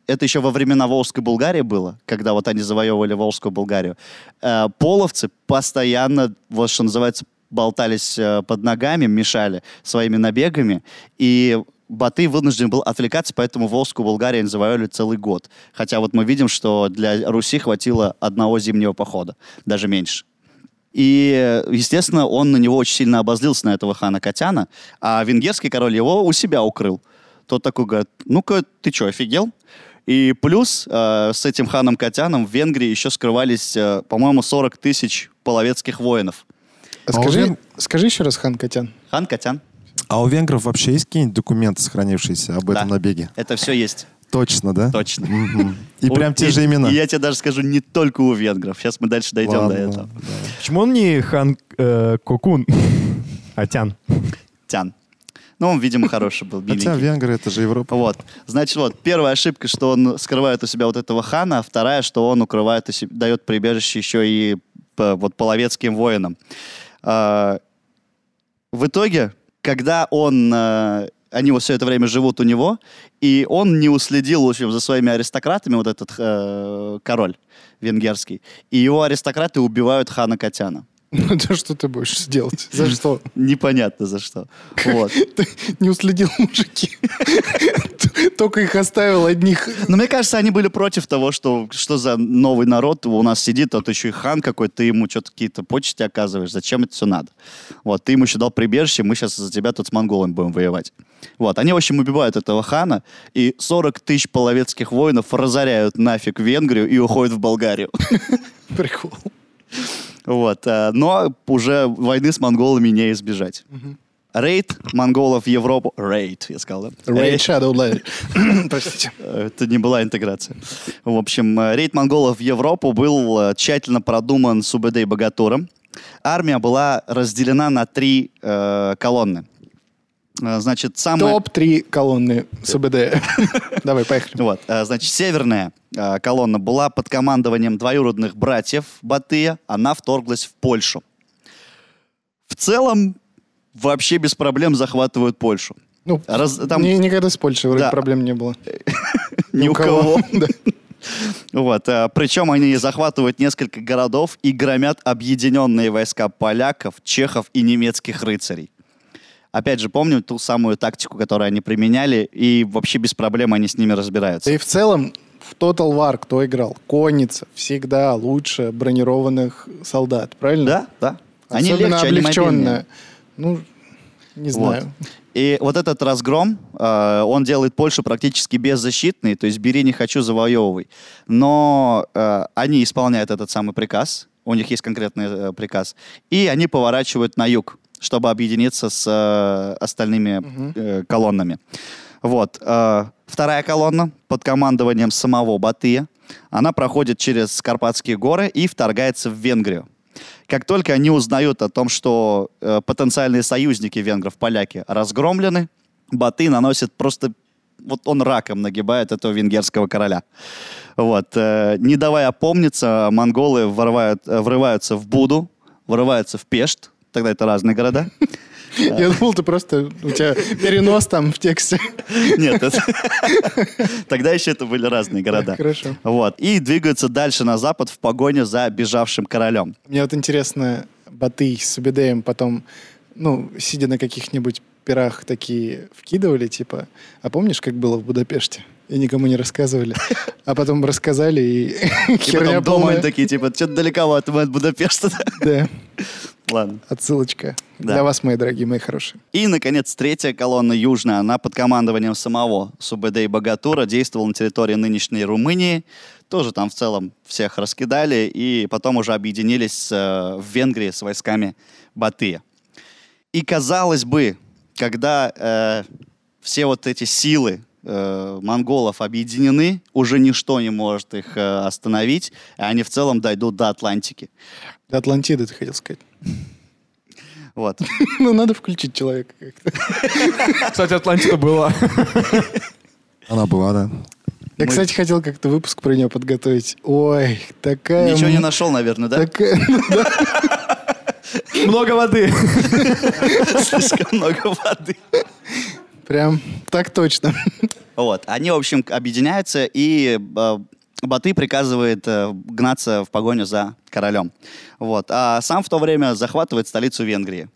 [SPEAKER 1] Это еще во времена Волжской Булгарии было, когда вот они завоевывали Волжскую Булгарию. Э, Половцы постоянно, вот что называется, болтались э, под ногами, мешали своими набегами, и Баты вынужден был отвлекаться, поэтому Волжскую Булгарию они завоевали целый год. Хотя вот мы видим, что для Руси хватило одного зимнего похода, даже меньше. И, естественно, он на него очень сильно обозлился, на этого хана Катяна, а венгерский король его у себя укрыл. Тот такой говорит, ну-ка, ты что, офигел? И плюс э, с этим ханом Катяном в Венгрии еще скрывались, э, по-моему, 40 тысяч половецких воинов.
[SPEAKER 4] А
[SPEAKER 3] А у
[SPEAKER 4] скажи,
[SPEAKER 3] вен-
[SPEAKER 4] скажи еще раз, Хан Катян.
[SPEAKER 1] Хан Катян,
[SPEAKER 3] А у венгров вообще есть какие-нибудь документы, сохранившиеся об этом
[SPEAKER 1] Да.
[SPEAKER 3] набеге?
[SPEAKER 1] это все есть,
[SPEAKER 3] Точно, да?
[SPEAKER 1] точно.
[SPEAKER 3] Мгм. И прям те же имена.
[SPEAKER 1] И я тебе даже скажу, не только у венгров. Сейчас мы дальше дойдем
[SPEAKER 3] Ладно.
[SPEAKER 1] до этого.
[SPEAKER 2] Почему он не Хан э, Кокун, а Тян?
[SPEAKER 1] Тян. Ну, он, видимо, хороший был,
[SPEAKER 3] Хотя
[SPEAKER 1] миленький.
[SPEAKER 3] венгры — это же Европа.
[SPEAKER 1] Вот. Значит, вот, первая ошибка, что он скрывает у себя вот этого хана, а вторая, что он укрывает, у се- дает прибежище еще и п- вот половецким воинам. А, В итоге, когда он... э, Они вот все это время живут у него, и он не уследил, в общем, за своими аристократами, вот этот э, король венгерский, и его аристократы убивают хана Катяна.
[SPEAKER 4] Ну, да что ты будешь сделать? За что?
[SPEAKER 1] Непонятно за что. Вот.
[SPEAKER 4] Ты не уследил мужики. Только их оставил одних.
[SPEAKER 1] Но мне кажется, они были против того, что что за новый народ у нас сидит, а тут еще и хан какой-то, ты ему что-то какие-то почести оказываешь, зачем это все надо? Вот, ты ему еще дал прибежище, мы сейчас за тебя тут с монголами будем воевать. Вот, они, в общем, убивают этого хана, и 40 тысяч половецких воинов разоряют нафиг Венгрию и уходят в Болгарию.
[SPEAKER 4] Прикол.
[SPEAKER 1] Вот, э, но уже войны с монголами не избежать. Рейд монголов в Европу... Рейд, я сказал, да?
[SPEAKER 4] Raid Shadow Light. Простите.
[SPEAKER 1] Э, Это не была интеграция. В общем, э, рейд монголов в Европу был э, тщательно продуман Субэдэй Богатуром. Армия была разделена на три э, колонны. Э, Значит, самая...
[SPEAKER 4] Топ-3 колонны СБД. Давай, поехали.
[SPEAKER 1] Вот, э, значит, северная э, колонна была под командованием двоюродных братьев Батыя. Она вторглась в Польшу. В целом, вообще без проблем захватывают Польшу.
[SPEAKER 4] Ну,
[SPEAKER 1] Раз- там-
[SPEAKER 4] ни- никогда с Польшей вроде
[SPEAKER 1] Да.
[SPEAKER 4] проблем не было.
[SPEAKER 1] Ни у кого.
[SPEAKER 4] Да.
[SPEAKER 1] Вот, э, причем они захватывают несколько городов и громят объединенные войска поляков, чехов и немецких рыцарей. Опять же, помню ту самую тактику, которую они применяли, и вообще без проблем они с ними разбираются.
[SPEAKER 4] Да и в целом в Total War кто играл? Конница всегда лучше бронированных солдат, правильно?
[SPEAKER 1] Да, да. Они
[SPEAKER 4] Особенно
[SPEAKER 1] легче, они
[SPEAKER 4] облегченная.
[SPEAKER 1] мобильнее.
[SPEAKER 4] Ну, не знаю.
[SPEAKER 1] И вот этот разгром, э, он делает Польшу практически беззащитной, то есть бери, не хочу, завоевывай. Но э, они исполняют этот самый приказ, у них есть конкретный э, приказ, и они поворачивают на юг, чтобы объединиться с э, остальными э, колоннами. Вот. э, вторая колонна под командованием самого Батыя, она проходит через Карпатские горы и вторгается в Венгрию. Как только они узнают о том, что э, потенциальные союзники венгров, поляки, разгромлены, Баты наносит просто... Вот он раком нагибает этого венгерского короля. Вот. э, не давая опомниться, монголы ворвают, э, врываются в Буду, врываются в Пешт, тогда это разные города.
[SPEAKER 4] Я думал, ты просто... У тебя перенос там в тексте.
[SPEAKER 1] Нет, это- тогда еще это были разные города.
[SPEAKER 4] Хорошо.
[SPEAKER 1] Вот. И двигаются дальше на запад в погоню за бежавшим королем.
[SPEAKER 4] Мне вот интересно, Батый с Убедеем потом, ну, сидя на каких-нибудь пирах, такие вкидывали, типа, а помнишь, как было в Будапеште? И никому не рассказывали. А потом рассказали, и
[SPEAKER 1] И потом
[SPEAKER 4] херня
[SPEAKER 1] дома они
[SPEAKER 4] полная.
[SPEAKER 1] такие, типа, что-то далековато мы от Будапешта.
[SPEAKER 4] Да,
[SPEAKER 1] Ладно.
[SPEAKER 4] отсылочка.
[SPEAKER 1] Да.
[SPEAKER 4] Для вас, мои дорогие, мои хорошие.
[SPEAKER 1] И, наконец, третья колонна южная, она под командованием самого Субэдэй Богатура действовала на территории нынешней Румынии. Тоже там в целом всех раскидали и потом уже объединились э, в Венгрии с войсками Батыя. И казалось бы, когда э, все вот эти силы э, монголов объединены, уже ничто не может их э, остановить, и они в целом дойдут до Атлантики.
[SPEAKER 4] До Атлантиды, ты хотел сказать.
[SPEAKER 1] Вот.
[SPEAKER 4] Ну, надо включить человека как-то.
[SPEAKER 2] Кстати, Атлантика была.
[SPEAKER 3] Она была, да.
[SPEAKER 4] Я,
[SPEAKER 1] Мы-
[SPEAKER 4] кстати, хотел как-то выпуск про нее подготовить. Ой, такая...
[SPEAKER 1] Ничего не
[SPEAKER 4] м-
[SPEAKER 1] нашел, наверное, да?
[SPEAKER 4] такая- ну,
[SPEAKER 2] Много воды.
[SPEAKER 1] Слишком много воды.
[SPEAKER 4] Прям так точно.
[SPEAKER 1] Вот. Они, в общем, объединяются, и э, Баты приказывает э, гнаться в погоню за королем. Вот. А сам в то время захватывает столицу Венгрии.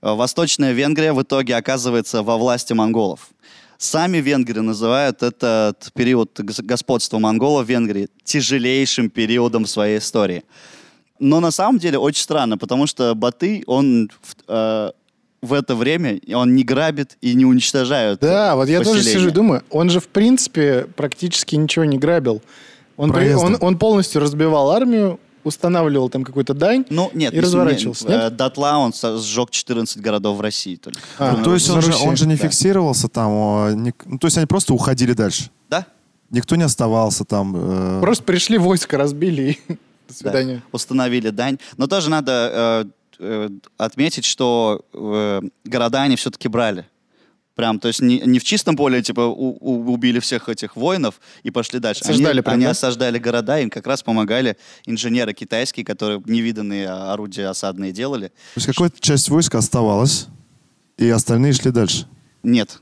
[SPEAKER 1] Э, Восточная Венгрия в итоге оказывается во власти монголов. Сами венгры называют этот период гос- господства монголов в Венгрии тяжелейшим периодом в своей истории. Но на самом деле очень странно, потому что Баты, он в, э, в это время, он не грабит и не уничтожает
[SPEAKER 4] Да, вот я тоже
[SPEAKER 1] поселение.
[SPEAKER 4] сижу и думаю, он же, в принципе, практически ничего не грабил. Он, при-
[SPEAKER 3] Проездом.
[SPEAKER 4] он, он полностью разбивал армию, устанавливал там какую-то дань.
[SPEAKER 1] Ну, нет.
[SPEAKER 4] И
[SPEAKER 1] если
[SPEAKER 4] разворачивался,
[SPEAKER 1] не-
[SPEAKER 4] нет?
[SPEAKER 1] э, Дотла он со- сжег 14 городов в России только.
[SPEAKER 4] А,
[SPEAKER 3] Ну, то есть
[SPEAKER 4] на
[SPEAKER 3] он же,
[SPEAKER 4] Руси.
[SPEAKER 3] он же не
[SPEAKER 1] да.
[SPEAKER 3] фиксировался там. а, ник- ну, то есть они просто уходили дальше.
[SPEAKER 1] Да?
[SPEAKER 3] Никто не оставался там. э,
[SPEAKER 4] Просто пришли, войско разбили и до
[SPEAKER 1] Да.
[SPEAKER 4] свидания.
[SPEAKER 1] Установили дань. Но тоже надо э, э, отметить, что э, города они все-таки брали. Прям, то есть не, не в чистом поле, типа, у- у- убили всех этих воинов и пошли дальше.
[SPEAKER 4] Осаждали
[SPEAKER 1] они,
[SPEAKER 4] прям,
[SPEAKER 1] они
[SPEAKER 4] да?
[SPEAKER 1] осаждали города, им как раз помогали инженеры китайские, которые невиданные а, орудия осадные делали.
[SPEAKER 3] То есть какая-то часть войска оставалась, и остальные шли дальше,
[SPEAKER 1] Нет.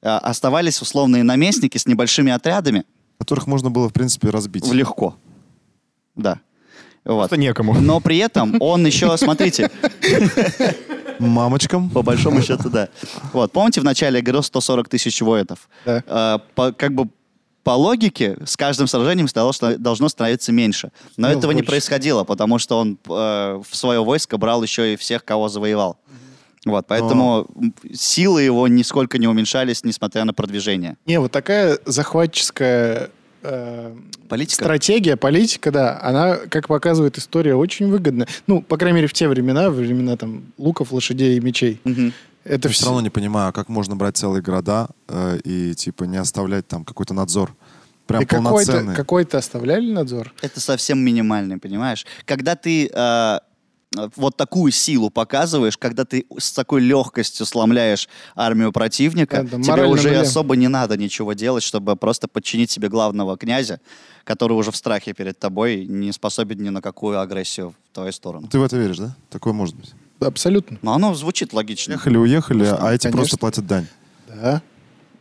[SPEAKER 1] А, Оставались условные наместники с небольшими отрядами.
[SPEAKER 3] которых можно было, в принципе, разбить.
[SPEAKER 1] В легко. Да. Вот.
[SPEAKER 2] Просто некому.
[SPEAKER 1] Но при этом он еще, смотрите,
[SPEAKER 3] Мамочкам.
[SPEAKER 1] по большому счету, да. Вот, помните, вначале я говорил 140 тысяч воинов?
[SPEAKER 4] Да.
[SPEAKER 1] Э, по- как бы по логике, с каждым сражением стало, что должно становиться меньше. Но
[SPEAKER 4] Становилось
[SPEAKER 1] этого не
[SPEAKER 4] больше.
[SPEAKER 1] происходило, потому что он э, в свое войско брал еще и всех, кого завоевал. Вот, поэтому м, силы его нисколько не уменьшались, несмотря на продвижение.
[SPEAKER 4] Не, вот такая захватческая э,
[SPEAKER 1] Политика?
[SPEAKER 4] стратегия, политика, да, она, как показывает история, очень выгодна. Ну, по крайней мере, в те времена, во времена там луков, лошадей и мечей.
[SPEAKER 1] Мгм.
[SPEAKER 4] Это
[SPEAKER 3] Все
[SPEAKER 4] все...
[SPEAKER 3] Ну, равно не понимаю, как можно брать целые города э, и, типа, не оставлять там какой-то надзор. Прям
[SPEAKER 4] И какой-то,
[SPEAKER 3] полноценный.
[SPEAKER 4] какой-то оставляли надзор?
[SPEAKER 1] Это совсем минимальный, понимаешь? Когда ты э, вот такую силу показываешь, когда ты с такой легкостью сломляешь армию противника,
[SPEAKER 4] Да, да,
[SPEAKER 1] тебе
[SPEAKER 4] морально
[SPEAKER 1] уже и
[SPEAKER 4] нуля.
[SPEAKER 1] особо не надо ничего делать, чтобы просто подчинить себе главного князя, который уже в страхе перед тобой и не способен ни на какую агрессию в твою сторону.
[SPEAKER 3] Ты в это веришь, да? Такое может быть.
[SPEAKER 4] Абсолютно,
[SPEAKER 1] Но оно звучит логично.
[SPEAKER 3] Ехали, уехали, а эти
[SPEAKER 4] конечно.
[SPEAKER 3] просто платят дань.
[SPEAKER 4] да.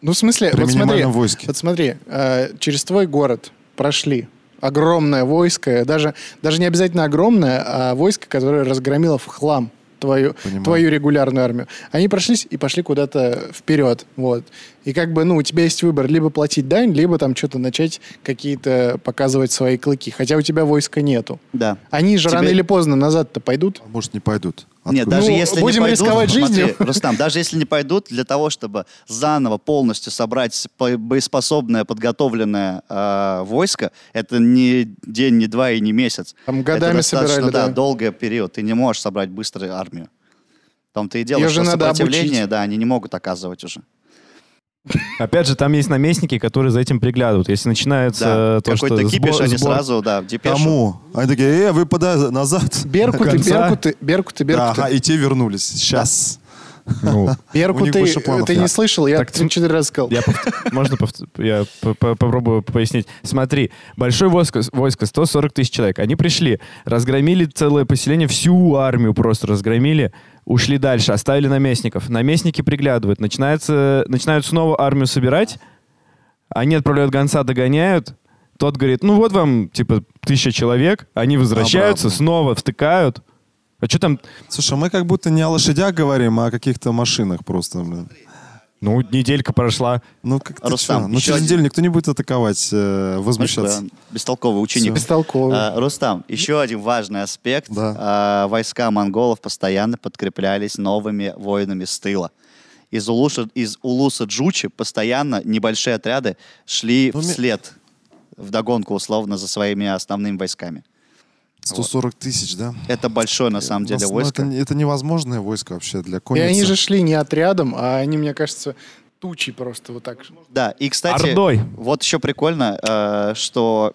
[SPEAKER 4] Ну, в смысле,
[SPEAKER 3] При
[SPEAKER 4] вот смотри,
[SPEAKER 3] минимальном войске.
[SPEAKER 4] вот смотри, э, через твой город прошли огромное войско, даже, даже не обязательно огромное, а войско, которое разгромило в хлам твою,
[SPEAKER 3] Понимаю.
[SPEAKER 4] твою регулярную армию. Они прошлись и пошли куда-то вперед, вот. И как бы, ну, у тебя есть выбор, либо платить дань, либо там что-то начать какие-то показывать свои клыки, хотя у тебя войска нету.
[SPEAKER 1] Да.
[SPEAKER 4] Они же
[SPEAKER 1] Тебе-
[SPEAKER 4] рано или поздно назад-то пойдут.
[SPEAKER 3] А Может, не пойдут.
[SPEAKER 1] Нет,
[SPEAKER 3] Откуда?
[SPEAKER 1] даже
[SPEAKER 4] Ну,
[SPEAKER 1] если
[SPEAKER 4] будем
[SPEAKER 1] не пойдут,
[SPEAKER 4] рисковать
[SPEAKER 1] смотри,
[SPEAKER 4] жизнью.
[SPEAKER 1] Рустам, даже если не пойдут, для того, чтобы заново полностью собрать по- боеспособное, подготовленное э, войско, это не день, не два и не месяц.
[SPEAKER 4] Там
[SPEAKER 1] это
[SPEAKER 4] годами
[SPEAKER 1] достаточно,
[SPEAKER 4] собирали,
[SPEAKER 1] да,
[SPEAKER 4] да.
[SPEAKER 1] долгий период. Ты не можешь собрать быструю армию. Там ты и дело,
[SPEAKER 4] Её
[SPEAKER 1] что
[SPEAKER 4] же надо
[SPEAKER 1] сопротивление,
[SPEAKER 4] обучить.
[SPEAKER 1] да, они не могут оказывать уже.
[SPEAKER 2] Опять же, там есть наместники, которые за этим приглядывают. Если начинается
[SPEAKER 1] Да.
[SPEAKER 2] э, то, что
[SPEAKER 1] Какой-то кипиш,
[SPEAKER 2] сбор-
[SPEAKER 1] они
[SPEAKER 2] сбор-
[SPEAKER 1] сразу, да, в депешу.
[SPEAKER 3] Кому? Они такие, э, вы подай назад.
[SPEAKER 4] Беркуты,
[SPEAKER 2] Конца.
[SPEAKER 4] беркуты,
[SPEAKER 3] Да,
[SPEAKER 4] беркуты, беркуты.
[SPEAKER 3] ага, и те вернулись. Сейчас.
[SPEAKER 2] Ну,
[SPEAKER 4] Берку
[SPEAKER 3] У них
[SPEAKER 4] ты,
[SPEAKER 3] больше планов
[SPEAKER 4] ты
[SPEAKER 3] нет.
[SPEAKER 4] не слышал, я
[SPEAKER 2] Так,
[SPEAKER 4] три четыре раза сказал.
[SPEAKER 2] Я пов- Можно пов- я по- по- попробую пояснить? Смотри, большое войско, войско, 140 тысяч человек. Они пришли, разгромили целое поселение, всю армию просто разгромили, ушли дальше, оставили наместников. Наместники приглядывают, начинается, начинают снова армию собирать, они отправляют гонца, догоняют, тот говорит, ну вот вам, типа, тысяча человек, они возвращаются,
[SPEAKER 3] Обратно.
[SPEAKER 2] снова втыкают. А что там?
[SPEAKER 3] Слушай, мы как будто не о лошадях говорим, а о каких-то машинах просто, блин.
[SPEAKER 2] Ну, неделька прошла.
[SPEAKER 3] Ну, как ты
[SPEAKER 1] Рустам,
[SPEAKER 3] чё? Ну,
[SPEAKER 1] еще
[SPEAKER 3] через
[SPEAKER 1] один.
[SPEAKER 3] неделю никто не будет атаковать, э,
[SPEAKER 1] Знаешь, какой
[SPEAKER 3] возмущаться.
[SPEAKER 1] он Ну бестолковый ученик.
[SPEAKER 4] Бестолковый.
[SPEAKER 1] А, Рустам, еще один важный аспект.
[SPEAKER 3] Да.
[SPEAKER 1] А, войска монголов постоянно подкреплялись новыми воинами с тыла. Из Улуса, из Улуса Джучи постоянно небольшие отряды шли
[SPEAKER 3] Ну, ми-
[SPEAKER 1] вслед, в догонку условно, за своими основными войсками.
[SPEAKER 3] 140 тысяч, да?
[SPEAKER 1] Это большое, на самом деле,
[SPEAKER 3] Ну,
[SPEAKER 1] войско.
[SPEAKER 3] Это, это невозможное войско вообще для
[SPEAKER 4] И
[SPEAKER 3] конницы.
[SPEAKER 4] они же шли не отрядом, а они, мне кажется, тучи просто вот так.
[SPEAKER 1] Да, и, кстати,
[SPEAKER 2] Ордой.
[SPEAKER 1] вот еще прикольно, э, что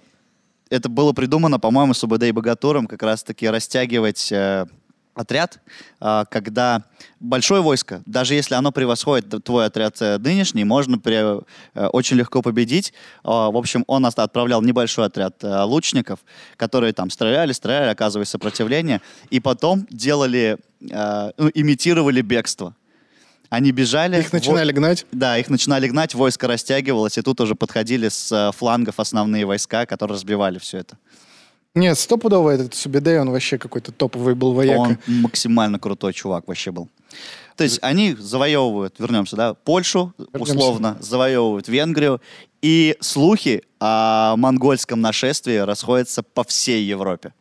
[SPEAKER 1] это было придумано, по-моему, с УБД и Богатуром как раз-таки растягивать э, отряд, а, когда большое войско, даже если оно превосходит т- твой отряд э, нынешний, можно пре- э, очень легко победить. А, В общем, он ост- отправлял небольшой отряд э, лучников, которые там стреляли, стреляли, оказывая сопротивление, и потом делали, э, ну, имитировали бегство. Они бежали.
[SPEAKER 4] Их начинали гнать.
[SPEAKER 1] Да, их начинали гнать, войско растягивалось, и тут уже подходили с э, флангов основные войска, которые разбивали все это.
[SPEAKER 4] Нет, стопудово этот Субидей, он вообще какой-то топовый был вояка.
[SPEAKER 1] Он максимально крутой чувак вообще был. То есть они завоевывают, вернемся, да, Польшу,
[SPEAKER 4] Вернемся.
[SPEAKER 1] условно, завоевывают Венгрию, и слухи о монгольском нашествии расходятся по всей Европе.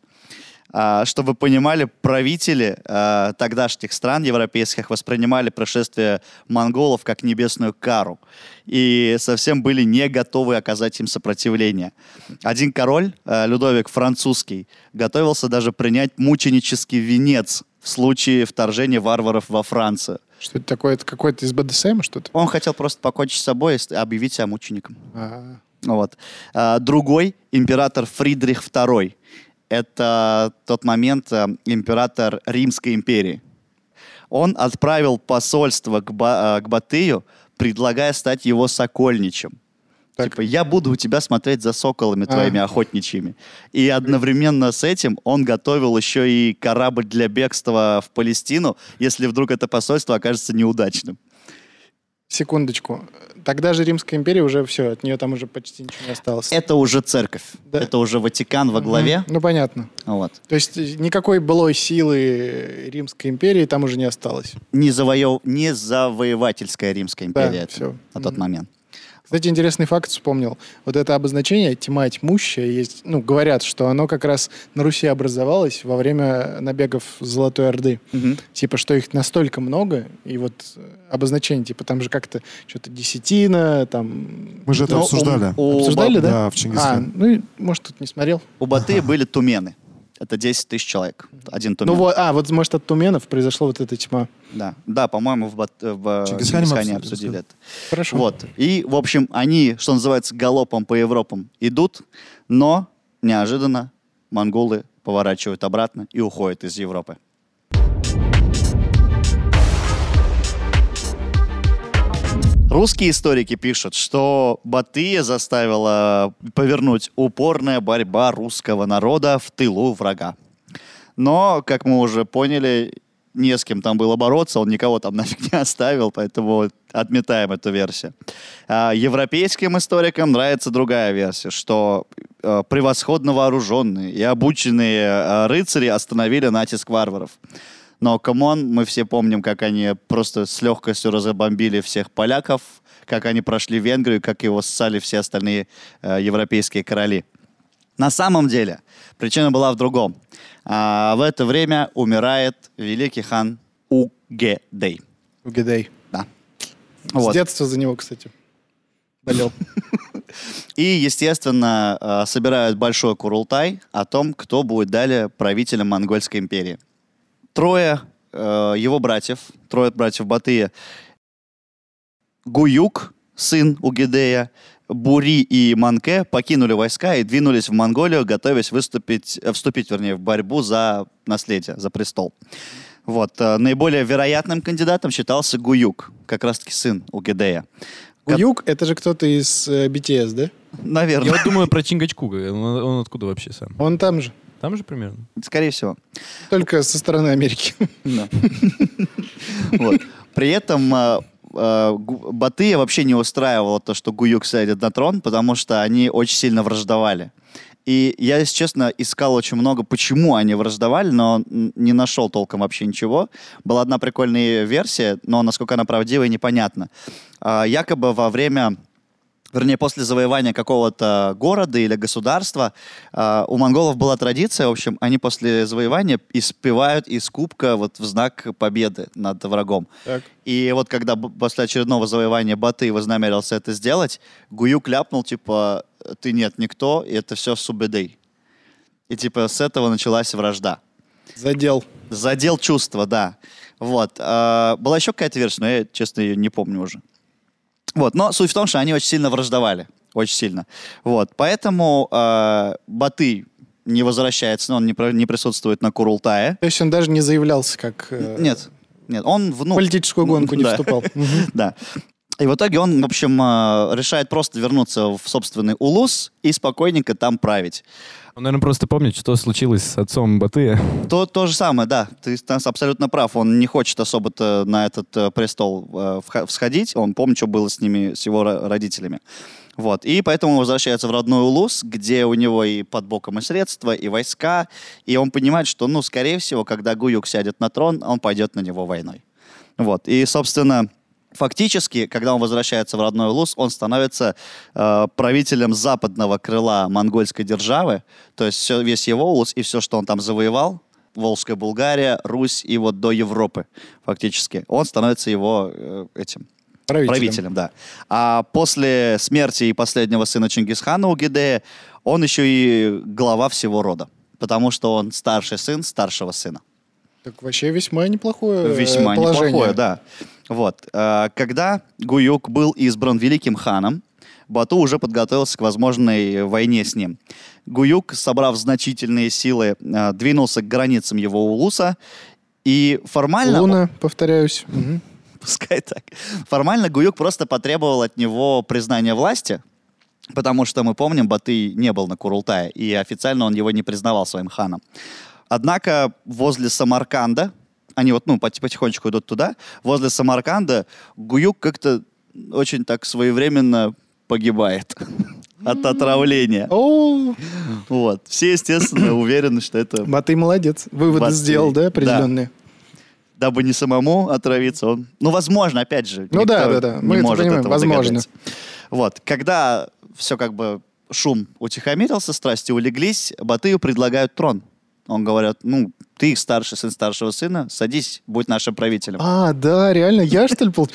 [SPEAKER 1] А, Чтобы вы понимали, правители э, тогдашних стран европейских воспринимали пришествие монголов как небесную кару и совсем были не готовы оказать им сопротивление. Один король, э, Людовик Французский, готовился даже принять мученический венец в случае вторжения варваров во Францию.
[SPEAKER 4] Что это такое? Это какой-то из БДСМ что-то?
[SPEAKER 1] Он хотел просто покончить с собой и ст- объявить себя мучеником.
[SPEAKER 4] А,
[SPEAKER 1] Вот. А, Другой император Фридрих II. Это тот момент э, император Римской империи. Он отправил посольство к, Ба- э, к Батыю, предлагая стать его сокольничем.
[SPEAKER 4] Так. А.
[SPEAKER 1] Типа, я буду у тебя смотреть за соколами твоими охотничьими. И одновременно с этим он готовил еще и корабль для бегства в Палестину, если вдруг это посольство окажется неудачным.
[SPEAKER 4] секундочку. Тогда же Римская империя уже все, от нее там уже почти ничего не осталось.
[SPEAKER 1] Это уже церковь.
[SPEAKER 4] Да.
[SPEAKER 1] Это уже Ватикан во главе.
[SPEAKER 4] Мгм. Ну, понятно.
[SPEAKER 1] Вот.
[SPEAKER 4] То есть э, никакой былой силы Римской империи там уже не осталось.
[SPEAKER 1] не, завоев... не завоевательская Римская
[SPEAKER 4] Да,
[SPEAKER 1] империя это
[SPEAKER 4] всё.
[SPEAKER 1] на тот
[SPEAKER 4] Мгм.
[SPEAKER 1] момент.
[SPEAKER 4] Кстати, интересный факт вспомнил. Вот это обозначение «тьма тьмущая» есть, ну, говорят, что оно как раз на Руси образовалось во время набегов Золотой Орды. Типа, что их настолько много, и вот э, обозначение, типа, там же как-то что-то десятина, там... Ну,
[SPEAKER 3] Мы же это
[SPEAKER 1] Но у-
[SPEAKER 3] обсуждали.
[SPEAKER 1] у
[SPEAKER 4] Обсуждали,
[SPEAKER 1] Ба-
[SPEAKER 4] да?
[SPEAKER 3] Да, в
[SPEAKER 4] А,
[SPEAKER 3] Чингисхане.
[SPEAKER 4] ну, и, может, тут не смотрел.
[SPEAKER 1] У Батыя были тумены. Это 10 тысяч человек. Один тумен.
[SPEAKER 4] Ну, вот, а, вот, может, от туменов произошла вот эта тьма.
[SPEAKER 1] Да, да по-моему, в, Бат... в э,
[SPEAKER 3] Чингисхане мы
[SPEAKER 1] Чингисхане
[SPEAKER 3] обсудили.
[SPEAKER 1] обсудили это.
[SPEAKER 4] Хорошо.
[SPEAKER 1] Вот. И, в общем, они, что называется, галопом по Европам идут, но неожиданно монголы поворачивают обратно и уходят из Европы. Русские историки пишут, что Батыя заставила повернуть упорная борьба русского народа в тылу врага. Но, как мы уже поняли, не с кем там было бороться, он никого там нафиг не оставил, поэтому отметаем эту версию. А, европейским историкам нравится другая версия, что э, превосходно вооруженные и обученные э, рыцари остановили натиск варваров. Но, камон, мы все помним, как они просто с легкостью разобомбили всех поляков, как они прошли Венгрию, как его ссали все остальные э, европейские короли. На самом деле причина была в другом. А, в это время умирает великий хан Угедей.
[SPEAKER 4] Угидей.
[SPEAKER 1] Да.
[SPEAKER 4] С
[SPEAKER 1] Вот.
[SPEAKER 4] детства за него, кстати. Болел.
[SPEAKER 1] И, естественно, э, собирают большой курултай о том, кто будет далее правителем Монгольской империи. Трое э, его братьев, трое братьев Батыя, Гуюк, сын Угидея, Бури и Манке покинули войска и двинулись в Монголию, готовясь выступить, э, вступить, вернее, в борьбу за наследие, за престол. Вот. э, Наиболее вероятным кандидатом считался Гуюк, как раз-таки сын Угидея. Ко-
[SPEAKER 4] Гуюк, это же кто-то из э, BTS, да?
[SPEAKER 2] Я
[SPEAKER 1] Наверное,
[SPEAKER 2] вот думаю про Чингачку. Он, он откуда вообще сам?
[SPEAKER 4] Он там же.
[SPEAKER 2] Там же примерно.
[SPEAKER 1] скорее всего.
[SPEAKER 4] Только со стороны Америки.
[SPEAKER 1] Вот. При этом э, э, Гу- Батыя вообще не устраивало то, что Гуюк сядет на трон, потому что они очень сильно враждовали. И я, если честно, искал очень много, почему они враждовали, но м, не нашел толком вообще ничего. Была одна прикольная версия, но насколько она правдивая, непонятно. А, Якобы во время вернее, после завоевания какого-то города или государства, э, у монголов была традиция, в общем, они после завоевания испевают из кубка вот в знак победы над врагом.
[SPEAKER 4] Так.
[SPEAKER 1] И вот когда б- после очередного завоевания Баты вознамерился это сделать, Гуюк ляпнул, типа, ты нет никто, и это все субедей. И типа с этого началась вражда.
[SPEAKER 4] Задел.
[SPEAKER 1] Задел чувства, да. Вот. А, была еще какая-то версия, но я, честно, ее не помню уже. Вот. Но суть в том, что они очень сильно враждовали. Очень сильно. Вот. Поэтому а, Батый э, не возвращается, но он не, про- не присутствует на Курултае.
[SPEAKER 4] То есть он даже не заявлялся как... э,
[SPEAKER 1] Нет, нет, он
[SPEAKER 4] в
[SPEAKER 1] внук.
[SPEAKER 4] Политическую гонку не
[SPEAKER 1] Да.
[SPEAKER 4] вступал. Мгм.
[SPEAKER 1] Да. И в итоге он, в общем, э, решает просто вернуться в собственный Улус и спокойненько там править.
[SPEAKER 2] Он, наверное, просто помнит, что случилось с отцом Батыя.
[SPEAKER 1] То, то же самое, да, ты с- нас абсолютно прав. Он не хочет особо-то на этот э, престол э, вха- всходить. Он помнит, что было с ними, с его ро- родителями. Вот. И поэтому он возвращается в родной Улус, где у него и под боком и средства, и войска. И он понимает, что, ну, скорее всего, когда Гуюк сядет на трон, он пойдет на него войной. Вот. И, собственно, фактически, когда он возвращается в родной Улус, он становится э, правителем западного крыла монгольской державы. То есть всё- весь его Улус и все, что он там завоевал, Волжская Булгария, Русь и вот до Европы фактически. Он становится его э, этим правителем. да. А после смерти и последнего сына Чингисхана у Гидея он еще и глава всего рода, потому что он старший сын старшего сына.
[SPEAKER 4] Так вообще весьма неплохое э,
[SPEAKER 1] Весьма
[SPEAKER 4] положение.
[SPEAKER 1] неплохое, да. Вот. Э, Когда Гуюк был избран великим ханом, Бату уже подготовился к возможной войне с ним. Гуюк, собрав значительные силы, э, двинулся к границам его улуса, и формально...
[SPEAKER 4] Луна, повторяюсь. Мгм.
[SPEAKER 1] Пускай так. Формально Гуюк просто потребовал от него признания власти, потому что мы помним, Баты не был на Курултае, и официально он его не признавал своим ханом. Однако возле Самарканда, они вот ну, пот- потихонечку идут туда, возле Самарканда Гуюк как-то очень так своевременно погибает от отравления.
[SPEAKER 4] О,
[SPEAKER 1] Вот. Все, естественно, уверены, что это
[SPEAKER 4] Батый молодец. Выводы
[SPEAKER 1] Батый,
[SPEAKER 4] сделал, да,
[SPEAKER 1] да.
[SPEAKER 4] определенные?
[SPEAKER 1] дабы не самому отравиться, он... Ну, возможно, опять же.
[SPEAKER 4] Ну
[SPEAKER 1] никто
[SPEAKER 4] да, да, да.
[SPEAKER 1] не
[SPEAKER 4] Мы это
[SPEAKER 1] может
[SPEAKER 4] понимаем.
[SPEAKER 1] этого
[SPEAKER 4] Возможно.
[SPEAKER 1] догадаться. Вот. Когда все как бы шум утихомирился, страсти улеглись, Батыю предлагают трон. Он говорит, ну, ты старший сын старшего сына, садись, будь нашим правителем.
[SPEAKER 4] А, да, реально, я что ли пол-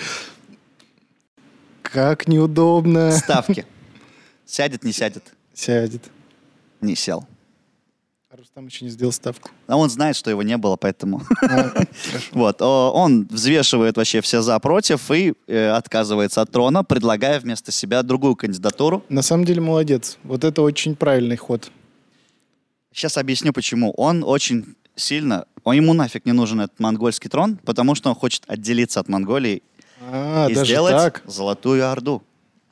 [SPEAKER 4] Как неудобно.
[SPEAKER 1] Ставки. Сядет, не сядет.
[SPEAKER 4] Сядет.
[SPEAKER 1] Не сел.
[SPEAKER 4] А Рустам еще не сделал ставку.
[SPEAKER 1] А он знает, что его не было, поэтому...
[SPEAKER 4] А,
[SPEAKER 1] Вот, о, он взвешивает вообще все за против и э, отказывается от трона, предлагая вместо себя другую кандидатуру.
[SPEAKER 4] На самом деле молодец. Вот это очень правильный ход.
[SPEAKER 1] Сейчас объясню, почему. Он очень сильно... Он, ему нафиг не нужен этот монгольский трон, потому что он хочет отделиться от Монголии
[SPEAKER 4] А,
[SPEAKER 1] и
[SPEAKER 4] даже
[SPEAKER 1] сделать
[SPEAKER 4] так.
[SPEAKER 1] Золотую Орду.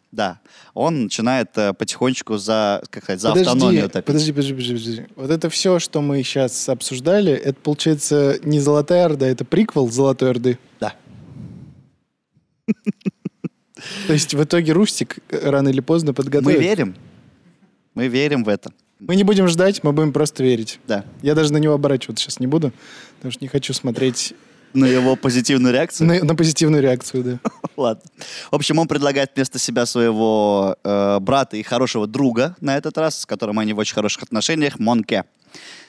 [SPEAKER 1] Да. Он начинает э, потихонечку за, как сказать, за
[SPEAKER 4] Подожди,
[SPEAKER 1] автономию топить.
[SPEAKER 4] подожди, подожди, подожди, подожди. Вот это все, что мы сейчас обсуждали, это получается не Золотая Орда, это приквел Золотой Орды.
[SPEAKER 1] Да.
[SPEAKER 4] То есть в итоге Рустик э, рано или поздно
[SPEAKER 1] Мы
[SPEAKER 4] подготовит.
[SPEAKER 1] верим. Мы верим в это.
[SPEAKER 4] Мы не будем ждать, мы будем просто верить.
[SPEAKER 1] Да.
[SPEAKER 4] Я даже на него оборачиваться сейчас не буду, потому что не хочу смотреть
[SPEAKER 1] На его позитивную реакцию.
[SPEAKER 4] на, на позитивную реакцию, да.
[SPEAKER 1] Ладно. В общем, он предлагает вместо себя своего э, брата и хорошего друга на этот раз, с которым они в очень хороших отношениях, Монке.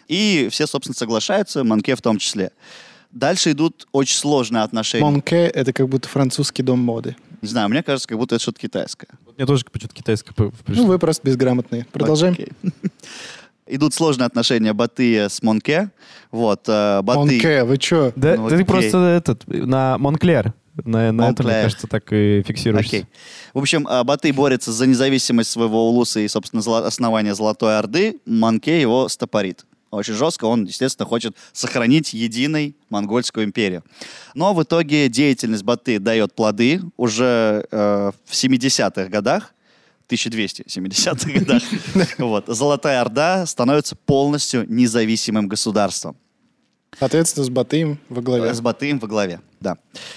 [SPEAKER 1] И все, собственно, соглашаются, Монке в том числе. Дальше идут очень сложные отношения.
[SPEAKER 4] Монке — это как будто французский дом моды.
[SPEAKER 1] Не знаю, мне кажется, как будто это что-то китайское.
[SPEAKER 2] Мне тоже почему-то китайское п- пришло.
[SPEAKER 4] Ну, вы просто безграмотные. Продолжаем.
[SPEAKER 1] Окей. Идут сложные отношения Батыя с Монке. Вот, э, Батый-
[SPEAKER 4] Монке, вы чё?
[SPEAKER 2] Да,
[SPEAKER 1] Ну,
[SPEAKER 2] да ты
[SPEAKER 1] окей.
[SPEAKER 2] просто этот, на Монклер. На, на этом, мне
[SPEAKER 1] Монклер.
[SPEAKER 2] кажется, так и фиксируешься.
[SPEAKER 1] Окей. В общем, э, Батый борется за независимость своего улуса и, собственно, зло- основания Золотой Орды. Манке его стопорит. Очень жестко он, естественно, хочет сохранить единой Монгольскую империю. Но в итоге деятельность Баты дает плоды уже э, в 70-х годах. 1270-х годах. Вот. Золотая Орда становится полностью независимым государством.
[SPEAKER 4] Соответственно, с Батыем во главе.
[SPEAKER 1] С Батыем во главе, да.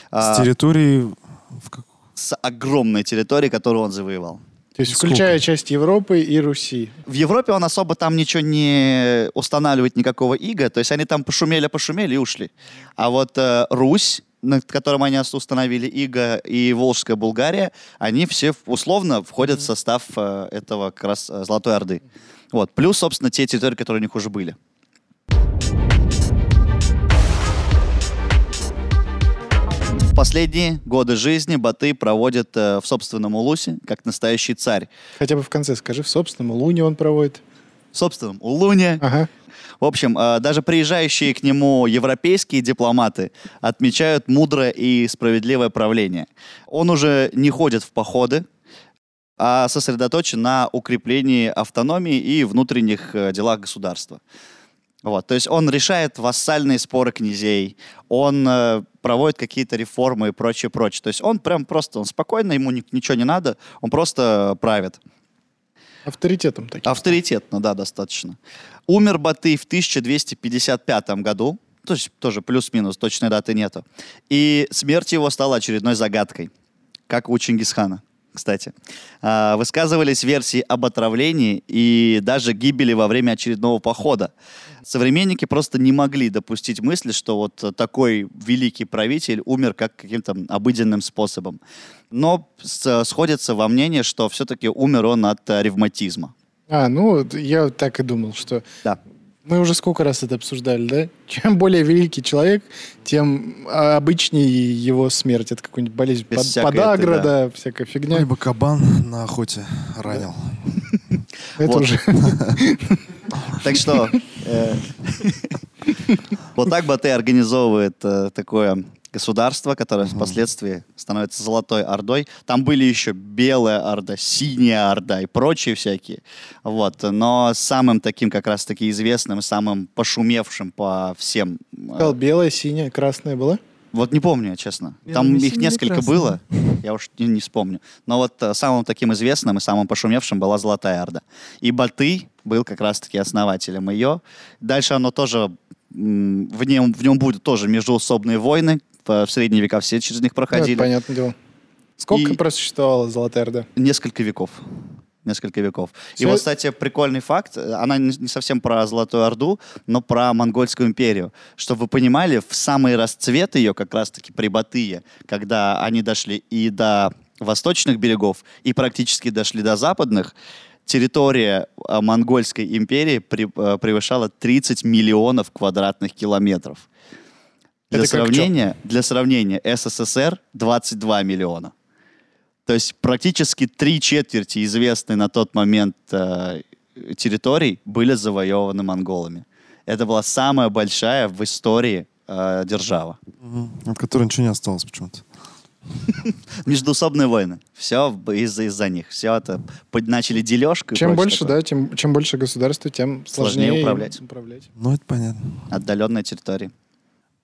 [SPEAKER 3] С
[SPEAKER 1] А,
[SPEAKER 3] территории... в как-
[SPEAKER 1] С огромной территорией, которую он завоевал.
[SPEAKER 4] То есть,
[SPEAKER 3] Сколько?
[SPEAKER 4] включая часть Европы и Руси.
[SPEAKER 1] В Европе он особо там ничего не устанавливает, никакого ига. То есть они там пошумели-пошумели и ушли. А вот э, Русь, над которым они ос- установили иго, и Волжская Булгария, они все в- условно входят в состав э, этого как раз э, Золотой Орды. Вот. Плюс, собственно, те территории, которые у них уже были. В последние годы жизни Баты проводит э, в собственном Улусе, как настоящий царь.
[SPEAKER 4] Хотя бы в конце скажи, в собственном Луне он проводит.
[SPEAKER 1] В собственном Улуне,
[SPEAKER 4] Ага.
[SPEAKER 1] В общем, э, даже приезжающие к нему европейские дипломаты отмечают мудрое и справедливое правление. Он уже не ходит в походы, а сосредоточен на укреплении автономии и внутренних э, делах государства. Вот, то есть он решает вассальные споры князей, он э, проводит какие-то реформы и прочее, прочее. То есть он прям просто, он спокойно, ему ни- ничего не надо, он просто правит.
[SPEAKER 4] Авторитетом
[SPEAKER 1] А.
[SPEAKER 4] таким.
[SPEAKER 1] Авторитетно, да, достаточно. Умер Батый в 1255 году, то есть тоже плюс-минус, точной даты нету. И смерть его стала очередной загадкой, как у Чингисхана, кстати. А, Высказывались версии об отравлении и даже гибели во время очередного похода. Современники просто не могли допустить мысли, что вот такой великий правитель умер как каким-то обыденным способом. Но с- сходятся во мнении, что все-таки умер он от э, ревматизма.
[SPEAKER 4] А, ну, вот я так и думал, что...
[SPEAKER 1] Да.
[SPEAKER 4] Мы уже сколько раз это обсуждали, да? Чем более великий человек, тем а, обычнее его смерть. Это какая-нибудь болезнь,
[SPEAKER 1] Без
[SPEAKER 4] под-
[SPEAKER 1] всякой
[SPEAKER 4] подагра,
[SPEAKER 1] этой, да.
[SPEAKER 4] да. всякая
[SPEAKER 3] Ой,
[SPEAKER 4] фигня.
[SPEAKER 3] бы кабан на охоте ранил.
[SPEAKER 4] Это
[SPEAKER 1] вот.
[SPEAKER 4] уже...
[SPEAKER 1] Так что э, вот так Батэ организовывает э, такое государство, которое впоследствии становится Золотой Ордой. Там были еще Белая Орда, Синяя Орда и прочие всякие. Вот. Но самым таким как раз-таки известным, самым пошумевшим по всем... э,
[SPEAKER 4] Сказал, белая, синяя, красная была?
[SPEAKER 1] Вот не помню, я честно.
[SPEAKER 2] Я
[SPEAKER 1] Там
[SPEAKER 2] думаю,
[SPEAKER 1] их
[SPEAKER 2] сильно
[SPEAKER 1] несколько
[SPEAKER 2] прекрасно.
[SPEAKER 1] было, я уж не, не вспомню. Но вот э, самым таким известным и самым пошумевшим была Золотая Орда. И Баты был как раз-таки основателем ее. Дальше оно тоже, м, в нем, в нем будут тоже междуусобные войны. В, в средние века все через них
[SPEAKER 4] Ну, это
[SPEAKER 1] проходили.
[SPEAKER 4] понятное дело. Сколько
[SPEAKER 1] И-
[SPEAKER 4] просуществовала Золотая Орда?
[SPEAKER 1] несколько веков. Несколько веков. И
[SPEAKER 4] Всё-
[SPEAKER 1] вот, кстати, прикольный факт, э, она не не совсем про Золотую Орду, но про Монгольскую империю. Чтобы вы понимали, в самый расцвет ее как раз-таки при Батыя, когда они дошли и до восточных берегов, и практически дошли до западных, территория э, Монгольской империи при- э, превышала 30 миллионов квадратных километров. Для
[SPEAKER 4] Это как чё?
[SPEAKER 1] сравнения, для сравнения, СССР 22 миллиона. То есть практически три четверти известной на тот момент э, территорий были завоеваны монголами. Это была самая большая в истории э, держава.
[SPEAKER 3] От которого ничего не осталось почему-то.
[SPEAKER 1] Междуусобные войны. Все из-за из-за них. Все это под- начали дележку. и
[SPEAKER 4] Чем
[SPEAKER 1] прочее
[SPEAKER 4] больше,
[SPEAKER 1] такое.
[SPEAKER 4] да, тем, чем больше государства, тем
[SPEAKER 1] Сложнее
[SPEAKER 4] сложнее,
[SPEAKER 1] управлять.
[SPEAKER 4] им управлять.
[SPEAKER 3] Ну, это понятно.
[SPEAKER 1] Отдаленные территории.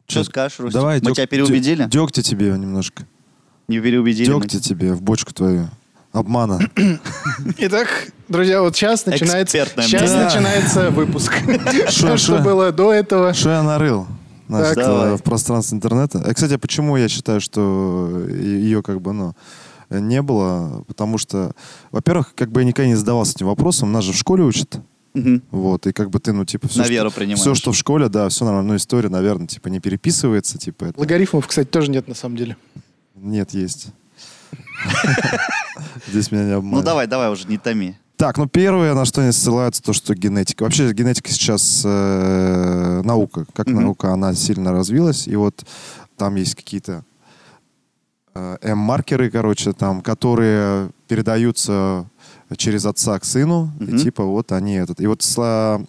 [SPEAKER 1] Что
[SPEAKER 3] Чё,
[SPEAKER 1] скажешь, Рустик?
[SPEAKER 3] Давай,
[SPEAKER 1] Мы
[SPEAKER 3] дёг-
[SPEAKER 1] тебя переубедили?
[SPEAKER 3] дё- Дёгтя тебе немножко.
[SPEAKER 1] Не переубедили. мы
[SPEAKER 3] Дёгтя тебе в бочку твою. Обмана.
[SPEAKER 4] Итак, друзья, вот сейчас начинается,
[SPEAKER 1] Экспертное
[SPEAKER 4] сейчас
[SPEAKER 3] мнение.
[SPEAKER 4] начинается выпуск.
[SPEAKER 3] Шо,
[SPEAKER 4] Что
[SPEAKER 3] шо?
[SPEAKER 4] было до этого?
[SPEAKER 3] Что я нарыл? Значит,
[SPEAKER 1] Так.
[SPEAKER 3] э,
[SPEAKER 1] Давай.
[SPEAKER 3] в пространстве интернета. А, кстати, почему я считаю, что ее как бы, ну, не было? Потому что, во-первых, как бы я никогда не задавался этим вопросом. Нас же в школе учат.
[SPEAKER 1] Мгм.
[SPEAKER 3] Вот, и как бы ты, ну, типа, все,
[SPEAKER 1] На веру
[SPEAKER 3] что,
[SPEAKER 1] принимаешь.
[SPEAKER 3] все, что в школе, да, все нормально. Ну, история, наверное, типа, не переписывается, типа, это-
[SPEAKER 4] Логарифмов, кстати, тоже нет на самом деле.
[SPEAKER 3] Нет, есть. Здесь меня не
[SPEAKER 1] Ну
[SPEAKER 3] обманывают.
[SPEAKER 1] давай, давай уже, не томи.
[SPEAKER 3] Так, ну первое, на что они ссылаются, то, что генетика. Вообще генетика сейчас э, наука. Как
[SPEAKER 1] Мгм.
[SPEAKER 3] наука, она сильно развилась. И вот там есть какие-то э, М-маркеры, короче, там, которые передаются через отца к сыну.
[SPEAKER 1] Мгм.
[SPEAKER 3] И типа вот они этот. И вот сла-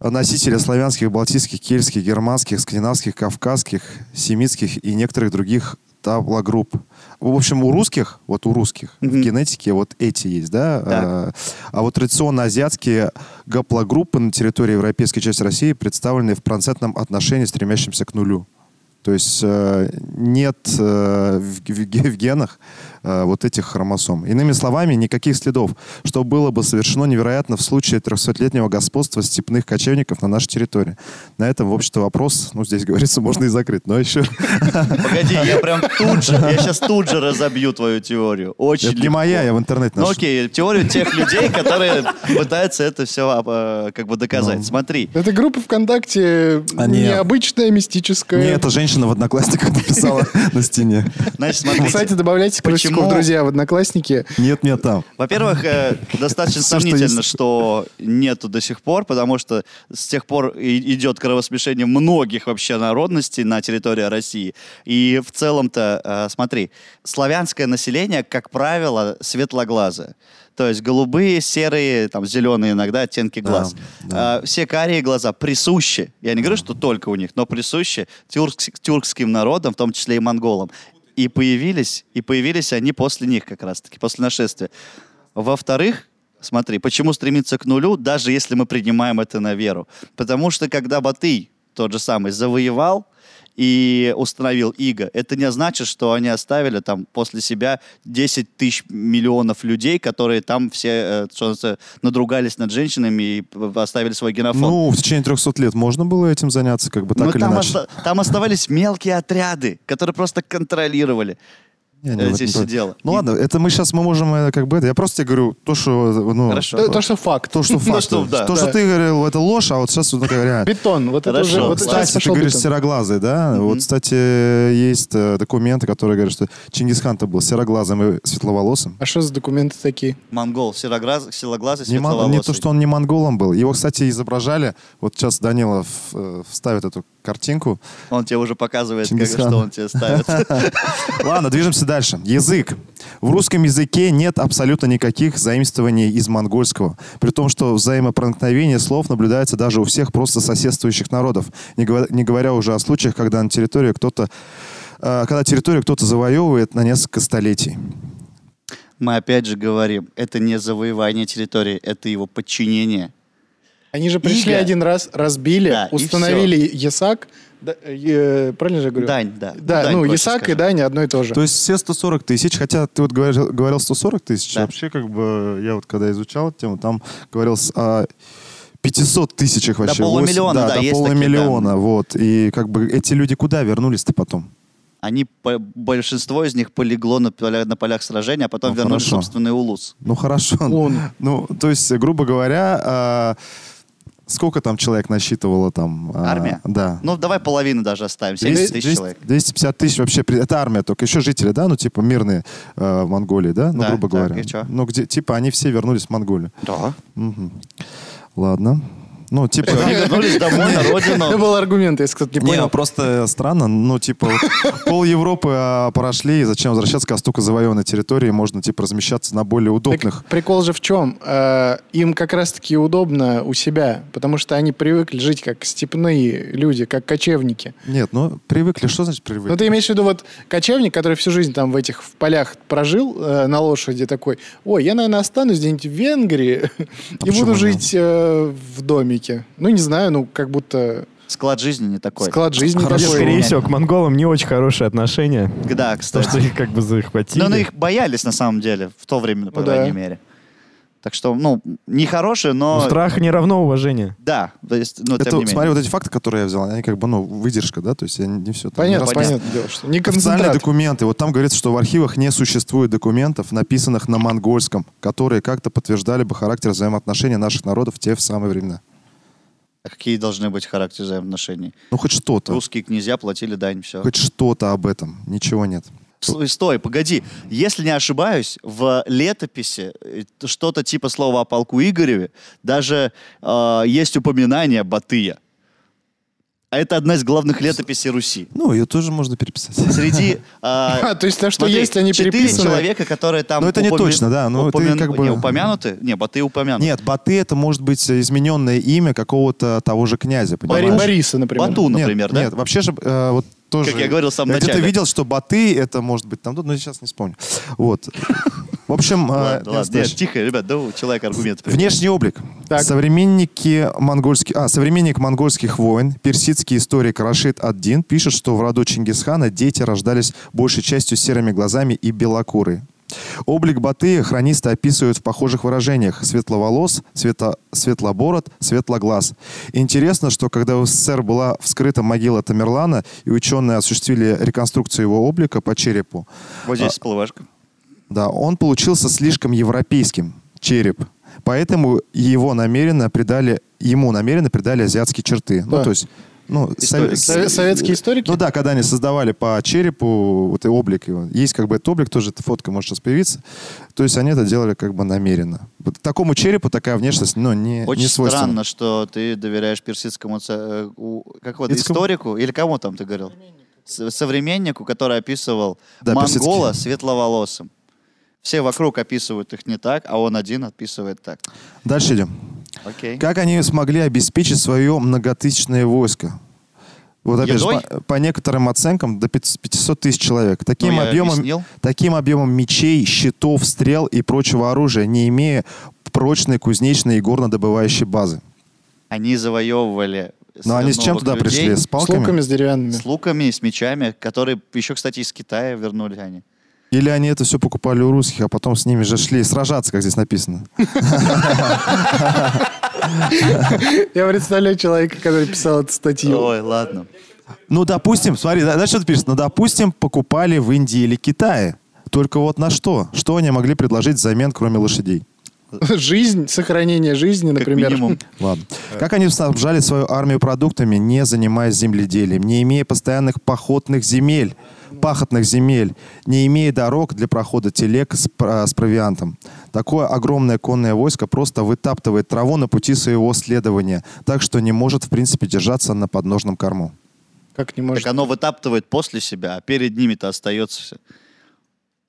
[SPEAKER 3] носители славянских, балтийских, кельтских, германских, скандинавских, кавказских, семитских и некоторых других таблогрупп. В общем, у русских, вот у русских
[SPEAKER 1] Мгм.
[SPEAKER 3] в генетике вот эти есть, да?
[SPEAKER 1] Так.
[SPEAKER 3] Э, А вот традиционно азиатские гаплогруппы на территории европейской части России представлены в процентном отношении, стремящемся к нулю. То есть э, нет э, в, г- в ге- в генах э, вот этих хромосом. Иными словами, никаких следов, что было бы совершено невероятно в случае 300-летнего господства степных кочевников на нашей территории. На этом, в общем-то, вопрос, ну, здесь говорится, можно и закрыть, но еще...
[SPEAKER 1] Погоди, я прям тут же, я сейчас тут же разобью твою теорию. Очень
[SPEAKER 3] Это не
[SPEAKER 1] легко.
[SPEAKER 3] моя, я в интернете
[SPEAKER 1] Ну
[SPEAKER 3] нашел.
[SPEAKER 1] окей, теорию тех людей, которые пытаются это все как бы
[SPEAKER 3] Ну.
[SPEAKER 1] доказать. Смотри.
[SPEAKER 4] Эта группа ВКонтакте
[SPEAKER 3] А, нет.
[SPEAKER 4] необычная, мистическая.
[SPEAKER 3] Не, это женщина в одноклассниках написала на стене.
[SPEAKER 1] Значит, смотрите.
[SPEAKER 4] Кстати, добавляйте к
[SPEAKER 1] Почему-
[SPEAKER 4] Рустику в друзья в Одноклассники.
[SPEAKER 3] Нет, нет, там.
[SPEAKER 1] Во-первых, э, достаточно
[SPEAKER 3] Всё, что
[SPEAKER 1] сомнительно,
[SPEAKER 3] есть.
[SPEAKER 1] что нету до сих пор, потому что с тех пор и- идет кровосмешение многих вообще народностей на территории России. И в целом-то, э, смотри, славянское население, как правило, светлоглазое. То есть голубые, серые, там зеленые иногда оттенки
[SPEAKER 3] Да,
[SPEAKER 1] глаз.
[SPEAKER 3] да.
[SPEAKER 1] Э, все карие глаза присущи. Я не говорю, что только у них, но присущи тюркс- тюркским народам, в том числе и монголам. и появились, и появились они после них как раз-таки, после нашествия. Во-вторых, смотри, почему стремиться к нулю, даже если мы принимаем это на веру? Потому что когда Батый тот же самый завоевал и установил Иго, это не значит, что они оставили там после себя 10 тысяч миллионов людей, которые там все э, что называется, надругались над женщинами и э, оставили свой генофон.
[SPEAKER 3] Ну, в течение 300 лет можно было этим заняться, как бы так
[SPEAKER 1] Но
[SPEAKER 3] или
[SPEAKER 1] Ну, там,
[SPEAKER 3] иначе.
[SPEAKER 1] оста- там оставались мелкие отряды, которые просто контролировали.
[SPEAKER 3] Не, не,
[SPEAKER 1] э,
[SPEAKER 3] вот
[SPEAKER 1] здесь
[SPEAKER 3] не то.
[SPEAKER 1] сидело.
[SPEAKER 3] Ну
[SPEAKER 1] И-
[SPEAKER 3] ладно, это мы сейчас мы можем э, как бы это. Я просто тебе говорю то, что ну
[SPEAKER 1] Хорошо.
[SPEAKER 4] То, то, что факт.
[SPEAKER 3] то, что факт.
[SPEAKER 1] что, да,
[SPEAKER 3] То,
[SPEAKER 4] да.
[SPEAKER 3] что ты говорил, это ложь, а вот сейчас вот такая реально.
[SPEAKER 4] Бетон. Вот это
[SPEAKER 1] Хорошо.
[SPEAKER 4] уже... Вот сейчас
[SPEAKER 3] Кстати, ты
[SPEAKER 4] пошел
[SPEAKER 3] говоришь
[SPEAKER 4] бетон.
[SPEAKER 3] сероглазый, да? Вот, кстати, есть э, документы, которые говорят, что Чингисхан-то был сероглазым и светловолосым.
[SPEAKER 4] А что за документы такие?
[SPEAKER 1] Монгол, сероглазый, силоглазый,
[SPEAKER 3] Не, мон- не то, что он не монголом был. Его, кстати, изображали. Вот сейчас Данилов э, вставит эту картинку.
[SPEAKER 1] Он тебе уже показывает, как,
[SPEAKER 3] Чингисхан.
[SPEAKER 1] что он тебе ставит.
[SPEAKER 3] Ладно, движемся дальше. Язык. В русском языке нет абсолютно никаких заимствований из монгольского. При том, что взаимопроникновение слов наблюдается даже у всех просто соседствующих народов. Не, говоря- не говоря уже о случаях, когда на территории кто-то э, когда территорию кто-то завоевывает на несколько столетий.
[SPEAKER 1] Мы опять же говорим, это не завоевание территории, это его подчинение.
[SPEAKER 4] Они же пришли
[SPEAKER 1] Иго.
[SPEAKER 4] один раз, разбили,
[SPEAKER 1] Да, и
[SPEAKER 4] установили Ясак. Да, э, правильно же я говорю?
[SPEAKER 1] Дань, да.
[SPEAKER 4] Да,
[SPEAKER 1] Дань,
[SPEAKER 4] ну,
[SPEAKER 1] проще
[SPEAKER 4] Ясак
[SPEAKER 1] скажи.
[SPEAKER 4] и Дань одно и то же.
[SPEAKER 1] Типа.
[SPEAKER 3] То есть все 140 тысяч, хотя ты вот говорил, говорил 140 тысяч,
[SPEAKER 1] Да.
[SPEAKER 3] вообще как бы я вот когда изучал эту тему, там говорил а, о 500 тысячах вообще. восемь-
[SPEAKER 1] полумиллиона, да,
[SPEAKER 3] до
[SPEAKER 1] есть такие
[SPEAKER 3] полумиллиона,
[SPEAKER 1] данные.
[SPEAKER 3] вот. И как бы эти люди куда вернулись-то потом?
[SPEAKER 1] Они, по- большинство из них полегло на поля- на полях сражения, а потом
[SPEAKER 3] Ну,
[SPEAKER 1] вернули
[SPEAKER 3] хорошо.
[SPEAKER 1] собственный улус.
[SPEAKER 3] Ну хорошо.
[SPEAKER 4] Он.
[SPEAKER 3] Ну, то есть, грубо говоря, а, сколько там человек насчитывало там? а,
[SPEAKER 1] Армия?
[SPEAKER 3] Да.
[SPEAKER 1] Ну, давай половину даже оставим, 70
[SPEAKER 3] 200,
[SPEAKER 1] тысяч человек.
[SPEAKER 3] 250 тысяч вообще, при- это армия только, еще жители, да, ну типа мирные э, в Монголии, да, ну
[SPEAKER 1] Да,
[SPEAKER 3] грубо
[SPEAKER 1] так,
[SPEAKER 3] говоря.
[SPEAKER 1] и чё?
[SPEAKER 3] ну где, типа они все вернулись в Монголию.
[SPEAKER 1] Да.
[SPEAKER 3] Мгм. Ладно. Ну, типа...
[SPEAKER 1] Они вернулись домой, на
[SPEAKER 4] Это
[SPEAKER 1] родину.
[SPEAKER 4] был аргумент, если кто-то не
[SPEAKER 3] Не, ну
[SPEAKER 4] понял.
[SPEAKER 3] просто странно, ну, типа, вот пол Европы а, прошли, и зачем возвращаться, когда столько завоеванной территории, можно, типа, размещаться на более
[SPEAKER 4] Так
[SPEAKER 3] удобных.
[SPEAKER 4] прикол же в чем? Э, Им как раз-таки удобно у себя, потому что они привыкли жить как степные люди, как кочевники.
[SPEAKER 3] Нет, ну, привыкли, что значит привыкли?
[SPEAKER 4] Ну, ты имеешь в виду вот кочевник, который всю жизнь там в этих в полях прожил э, на лошади, такой, ой, я, наверное, останусь где-нибудь в Венгрии и
[SPEAKER 3] почему
[SPEAKER 4] буду
[SPEAKER 3] нет?
[SPEAKER 4] жить э, в домике. Ну, не знаю, ну, как будто
[SPEAKER 1] Склад жизни не такой.
[SPEAKER 4] склад жизни
[SPEAKER 3] Хорошо.
[SPEAKER 4] такой.
[SPEAKER 2] Скорее всего, к монголам не очень хорошие отношения.
[SPEAKER 1] Да,
[SPEAKER 2] Потому что
[SPEAKER 1] кстати.
[SPEAKER 2] их как бы захватили.
[SPEAKER 1] Но ну, их боялись, на самом деле, в то время, по
[SPEAKER 4] Ну,
[SPEAKER 1] крайней
[SPEAKER 4] да.
[SPEAKER 1] мере. Так что, ну, нехорошие, но...
[SPEAKER 2] Но Ну, страх не равно уважение.
[SPEAKER 1] Да, то есть, ну,
[SPEAKER 3] Ну, Это,
[SPEAKER 1] тем не
[SPEAKER 3] смотри,
[SPEAKER 1] менее.
[SPEAKER 3] вот эти факты, которые я взял, они как бы, ну, выдержка, да, то есть я не все...
[SPEAKER 4] Понятно,
[SPEAKER 1] Понятно.
[SPEAKER 4] понятно дело, что не
[SPEAKER 3] Официальные
[SPEAKER 4] концентрат.
[SPEAKER 3] документы. Вот там говорится, что в архивах не существует документов, написанных на монгольском, которые как-то подтверждали бы характер взаимоотношений наших народов в те в самые времена.
[SPEAKER 1] А Какие должны быть характеры взаимоотношений?
[SPEAKER 3] Ну, хоть что-то.
[SPEAKER 1] Русские князья платили дань, все.
[SPEAKER 3] Хоть что-то об этом. Ничего нет.
[SPEAKER 1] Стой, стой, погоди. Если не ошибаюсь, в летописи э, что-то типа слова о полку Игореве даже э, есть упоминание Батыя. А это одна из главных летописей Руси.
[SPEAKER 3] Ну, ее тоже можно переписать.
[SPEAKER 1] Среди... э,
[SPEAKER 4] А, то есть то, что
[SPEAKER 1] смотри,
[SPEAKER 4] есть, они
[SPEAKER 1] Четыре
[SPEAKER 4] переписаны.
[SPEAKER 1] человека, которые там...
[SPEAKER 3] Ну, это не точно, да, ну, ты
[SPEAKER 1] упомя-
[SPEAKER 3] как бы-
[SPEAKER 1] Не упомянуты? Не, Батыя упомянут.
[SPEAKER 3] Нет, Баты это может быть измененное имя какого-то того же князя,
[SPEAKER 4] Бори-
[SPEAKER 3] понимаешь?
[SPEAKER 4] Бориса, например.
[SPEAKER 1] Бату,
[SPEAKER 3] Нет,
[SPEAKER 1] например, да?
[SPEAKER 3] Нет, вообще же э, вот тоже...
[SPEAKER 1] я говорил в самом
[SPEAKER 3] Я где-то
[SPEAKER 1] начале.
[SPEAKER 3] видел, что Баты это может быть там, ну, я сейчас не вспомню. Вот. В общем... э,
[SPEAKER 1] Ладно,
[SPEAKER 3] нет,
[SPEAKER 1] ладно, нет,
[SPEAKER 3] знаешь,
[SPEAKER 1] тихо, ребят, да у человека аргумент.
[SPEAKER 3] Внешний облик.
[SPEAKER 4] Так.
[SPEAKER 3] Современники монгольских, а, современник монгольских войн, персидский историк Рашид Аддин пишет, что в роду Чингисхана дети рождались большей частью с серыми глазами и белокуры. Облик Батыя хронисты описывают в похожих выражениях светловолос, свето- светлобород, светлоглаз. Интересно, что когда в СССР была вскрыта могила Тамерлана и ученые осуществили реконструкцию его облика по черепу,
[SPEAKER 1] Вот
[SPEAKER 3] А.
[SPEAKER 1] здесь всплывашка.
[SPEAKER 3] да, он получился слишком европейским, череп. Поэтому его намеренно придали, ему намеренно придали азиатские черты. Ну,
[SPEAKER 4] Да.
[SPEAKER 3] то есть, ну,
[SPEAKER 1] Историк.
[SPEAKER 4] Сове- советские историки?
[SPEAKER 3] Ну да, когда они создавали по черепу вот и облик его. Есть как бы этот облик, тоже эта фотка может сейчас появиться. То есть они это делали как бы намеренно. Вот такому черепу такая внешность, ну, не,
[SPEAKER 1] Очень
[SPEAKER 3] не свойственна.
[SPEAKER 1] странно, что ты доверяешь персидскому ц- э, у- как его,
[SPEAKER 3] Персидскому?
[SPEAKER 1] историку или кому там ты говорил? С- Современнику, который описывал
[SPEAKER 3] Да,
[SPEAKER 1] монгола светловолосым. Все вокруг описывают их не так, а он один описывает так.
[SPEAKER 3] Дальше идем.
[SPEAKER 1] Окей.
[SPEAKER 3] Как они смогли обеспечить свое многотысячное войско? Вот опять же,
[SPEAKER 1] Едой?
[SPEAKER 3] по, по некоторым оценкам до 500 500 тысяч человек. Таким,
[SPEAKER 1] Ну, я
[SPEAKER 3] объемом,
[SPEAKER 1] объяснил.
[SPEAKER 3] таким объемом мечей, щитов, стрел и прочего оружия, не имея прочной кузнечной и горнодобывающей базы.
[SPEAKER 1] Они завоевывали...
[SPEAKER 3] Но Ну, они с чем
[SPEAKER 1] новых
[SPEAKER 3] туда
[SPEAKER 1] людей
[SPEAKER 3] пришли? С
[SPEAKER 4] С
[SPEAKER 3] палками?
[SPEAKER 4] луками, с деревянными.
[SPEAKER 1] С луками, с мечами, которые еще, кстати, из Китая вернули они.
[SPEAKER 3] Или они это все покупали у русских, а потом с ними же шли сражаться, как здесь написано.
[SPEAKER 4] Я представляю человека, который писал эту статью.
[SPEAKER 1] Ой, ладно.
[SPEAKER 3] Ну, допустим, смотри, да- дальше тут пишется. Ну, допустим, покупали в Индии или Китае. Только вот на что? Что они могли предложить взамен, кроме лошадей?
[SPEAKER 4] Жизнь, сохранение жизни,
[SPEAKER 1] Как
[SPEAKER 4] например.
[SPEAKER 1] минимум.
[SPEAKER 3] Ладно. Как они снабжали свою армию продуктами, не занимаясь земледелием, не имея постоянных походных земель, пахотных земель, не имея дорог для прохода телег с, пр- а, с провиантом. Такое огромное конное войско просто вытаптывает траву на пути своего следования, так что не может, в принципе, держаться на подножном корму.
[SPEAKER 4] Как не
[SPEAKER 1] Так
[SPEAKER 4] может.
[SPEAKER 1] оно вытаптывает после себя, а перед ними-то остается все.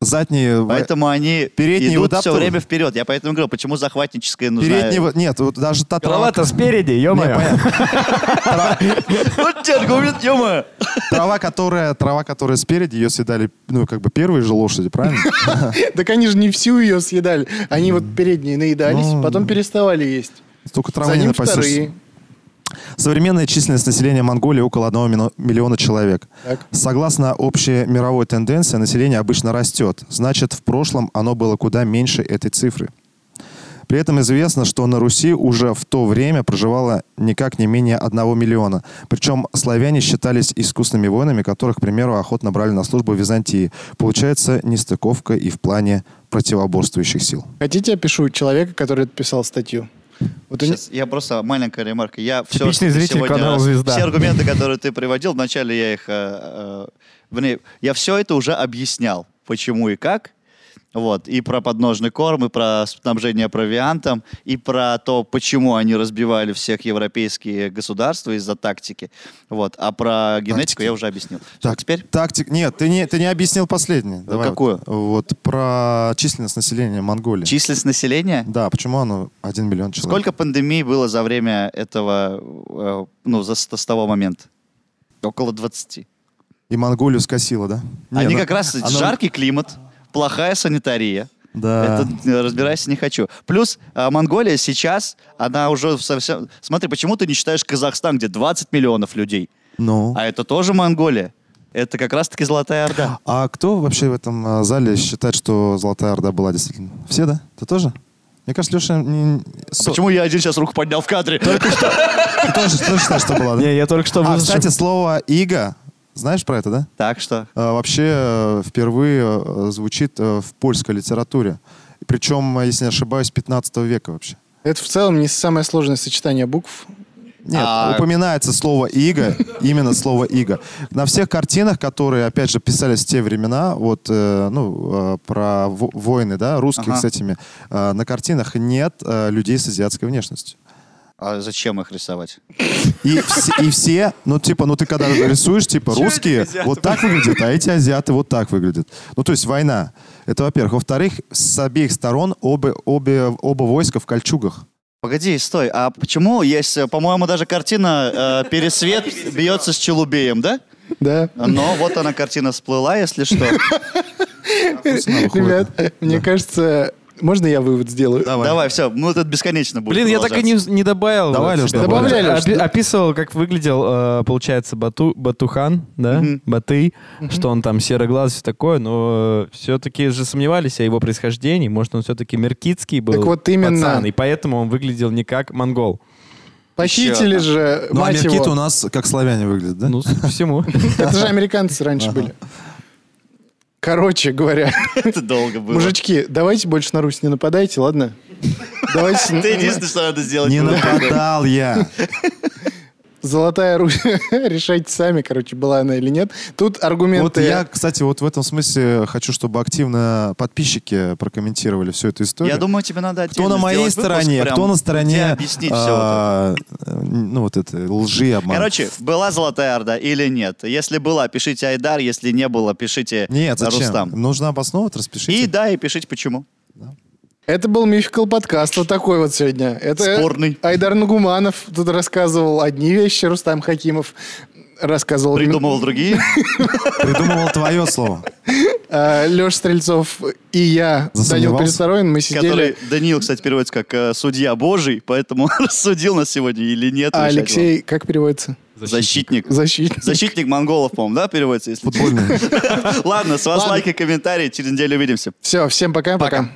[SPEAKER 3] Задние...
[SPEAKER 4] А
[SPEAKER 3] во-
[SPEAKER 1] Поэтому они
[SPEAKER 3] передние
[SPEAKER 1] идут все
[SPEAKER 3] вытаптывают?
[SPEAKER 1] время вперед. Я поэтому говорю, почему захватническая нужна...
[SPEAKER 3] Переднего... Нет, вот даже та трава...
[SPEAKER 2] Голова-то спереди,
[SPEAKER 3] Не,
[SPEAKER 2] ё-моё.
[SPEAKER 3] понятно.
[SPEAKER 1] Вот тебе аргумент, ё
[SPEAKER 3] Трава, которая, трава, которая спереди, ее съедали, ну, как бы первые же лошади, правильно?
[SPEAKER 4] Так они же не всю ее съедали. Они вот передние наедались,
[SPEAKER 3] Ну,
[SPEAKER 4] потом переставали есть.
[SPEAKER 3] Столько травы
[SPEAKER 4] За
[SPEAKER 3] не
[SPEAKER 4] ним
[SPEAKER 3] напасешься.
[SPEAKER 4] вторые.
[SPEAKER 3] Современная численность населения Монголии около 1 миллиона- миллиона человек.
[SPEAKER 4] Так.
[SPEAKER 3] Согласно общей мировой тенденции, население обычно растет. Значит, в прошлом оно было куда меньше этой цифры. При этом известно, что на Руси уже в то время проживало никак не менее 1 миллиона. Причем славяне считались искусными воинами, которых, к примеру, охотно брали на службу в Византии. Получается нестыковка и в плане противоборствующих сил.
[SPEAKER 4] Хотите, я пишу человека, который писал статью? Вот у
[SPEAKER 1] Сейчас я просто маленькая ремарка. Я все,
[SPEAKER 2] Типичный зритель канала «Звезда».
[SPEAKER 1] Все аргументы, которые ты приводил, вначале я их, э, э, вернее, я все это уже объяснял, почему и как. Вот, и про подножный корм, и про снабжение провиантом, и про то, почему они разбивали всех европейские государства из-за тактики. Вот, а про генетику
[SPEAKER 3] Тактики.
[SPEAKER 1] я уже объяснил. Всё,
[SPEAKER 3] Так,
[SPEAKER 1] теперь
[SPEAKER 3] Тактик... Нет, ты не, ты не объяснил последнее. Давай
[SPEAKER 1] какую?
[SPEAKER 3] Вот, вот про численность населения Монголии.
[SPEAKER 1] численность населения.
[SPEAKER 3] Да, почему оно 1 миллион человек?
[SPEAKER 1] Сколько пандемий было за время этого, э, ну, за, с с того момента? Около 20.
[SPEAKER 3] И Монголию скосило, да? Не,
[SPEAKER 1] А Они
[SPEAKER 3] ну,
[SPEAKER 1] как раз
[SPEAKER 3] оно-
[SPEAKER 1] жаркий климат, плохая санитария.
[SPEAKER 3] Да.
[SPEAKER 1] Это, э, разбирайся не хочу. Плюс э, Монголия сейчас, она уже совсем... Смотри, почему ты не считаешь Казахстан, где 20 миллионов людей?
[SPEAKER 3] Ну.
[SPEAKER 1] А это тоже Монголия. Это как раз-таки Золотая Орда.
[SPEAKER 3] А кто вообще в этом а, зале считает, что Золотая Орда была действительно? Все, да? Ты тоже? Мне кажется, Леша... Не...
[SPEAKER 1] А почему я один сейчас руку поднял в кадре?
[SPEAKER 3] Ты тоже, тоже считаешь, что была, да?
[SPEAKER 2] Не, я только что...
[SPEAKER 3] А,
[SPEAKER 2] выслушал.
[SPEAKER 3] кстати, слово «иго», знаешь про это, да?
[SPEAKER 1] Так что...
[SPEAKER 3] А, Вообще э, впервые э, звучит э, в польской литературе. Причем, э, если не ошибаюсь, 15 века вообще.
[SPEAKER 4] Это в целом не самое сложное сочетание букв.
[SPEAKER 3] Нет,
[SPEAKER 1] А-
[SPEAKER 3] упоминается слово «иго», именно слово «иго». На всех картинах, которые, опять же, писались в те времена, вот, э, ну, э, про во- войны, да, русских
[SPEAKER 1] Ага.
[SPEAKER 3] с этими, э, на картинах нет э, людей с азиатской внешностью.
[SPEAKER 1] А зачем их рисовать?
[SPEAKER 3] И, вс- и все, ну, типа, ну, ты когда рисуешь, типа, русские вот так выглядят, а эти азиаты вот так выглядят. Ну, то есть война. Это, во-первых. Во-вторых, с обеих сторон обе, обе, оба войска в кольчугах.
[SPEAKER 1] Погоди, стой. А почему есть, э, по-моему, даже картина э, «Пересвет бьется с Челубеем», да?
[SPEAKER 4] Да.
[SPEAKER 1] Но вот она картина всплыла, если что.
[SPEAKER 3] А
[SPEAKER 4] Ребят, мне кажется, можно я вывод сделаю?
[SPEAKER 1] Давай, все, ну это бесконечно будет.
[SPEAKER 2] Блин, я так и не, не добавил.
[SPEAKER 3] Давай, Лёш,
[SPEAKER 2] Тебе
[SPEAKER 3] добавляй.
[SPEAKER 4] Добавляй,
[SPEAKER 2] добавил.
[SPEAKER 4] Лёш,
[SPEAKER 2] Опи-
[SPEAKER 4] да.
[SPEAKER 2] описывал, как выглядел, э, получается, Бату, Батухан, да, Баты, что он там сероглаз, все такое, но все-таки же сомневались о его происхождении, может, он все-таки меркитский был
[SPEAKER 4] Так вот именно.
[SPEAKER 2] пацан, и поэтому он выглядел не как монгол.
[SPEAKER 4] Похитили же,
[SPEAKER 3] Ну, а
[SPEAKER 4] мать
[SPEAKER 3] меркиты
[SPEAKER 4] его.
[SPEAKER 3] у нас как славяне выглядят, да?
[SPEAKER 2] Ну, судя по всему.
[SPEAKER 4] Это же американцы раньше были. Короче говоря,
[SPEAKER 1] Это долго было.
[SPEAKER 4] мужички, давайте больше на Русь не нападайте, ладно? Давайте...
[SPEAKER 1] Ты единственное, что надо сделать.
[SPEAKER 3] Не
[SPEAKER 1] было.
[SPEAKER 3] нападал я.
[SPEAKER 4] Золотая Русь. Решайте сами, короче, была она или нет. Тут
[SPEAKER 3] Вот
[SPEAKER 4] аргументы...
[SPEAKER 3] я, кстати, вот в этом смысле хочу, чтобы активно подписчики прокомментировали всю эту историю.
[SPEAKER 1] Я думаю, тебе надо
[SPEAKER 3] кто на
[SPEAKER 1] отдельно
[SPEAKER 3] моей
[SPEAKER 1] сделать выпуск
[SPEAKER 3] стороне,
[SPEAKER 1] прям,
[SPEAKER 3] кто на
[SPEAKER 1] где
[SPEAKER 3] стороне
[SPEAKER 1] объяснить все это.
[SPEAKER 3] а, э, ну вот это лжи и обмана.
[SPEAKER 1] Короче, была Золотая Орда или нет? Если была, пишите Айдар, если не было, пишите
[SPEAKER 3] нет, зачем?
[SPEAKER 1] Рустам.
[SPEAKER 3] Нужно обосновывать, распишите.
[SPEAKER 1] И да, и пишите почему.
[SPEAKER 4] Это был мификал подкаст, вот такой вот сегодня. Это
[SPEAKER 1] Спорный.
[SPEAKER 4] Айдар Нагуманов тут рассказывал одни вещи, Рустам Хакимов
[SPEAKER 3] ну-
[SPEAKER 4] рассказывал
[SPEAKER 1] Придумывал другие.
[SPEAKER 3] Придумывал твое слово.
[SPEAKER 4] Леша А, Стрельцов и я, Данил
[SPEAKER 3] Засомневался?
[SPEAKER 4] Пересторонин, мы сидели...
[SPEAKER 1] Который Даниил, кстати, переводится как э, судья Божий, поэтому рассудил нас сегодня или нет.
[SPEAKER 4] А
[SPEAKER 1] решать
[SPEAKER 4] Алексей, как переводится?
[SPEAKER 1] вам. защитник.
[SPEAKER 4] Защитник.
[SPEAKER 1] Защитник монголов, по-моему, да, переводится? Если...
[SPEAKER 3] Футбольное.
[SPEAKER 1] Ладно, с вас
[SPEAKER 4] Ладно.
[SPEAKER 1] лайки, комментарии. Через неделю увидимся.
[SPEAKER 4] Все, всем пока. Пока.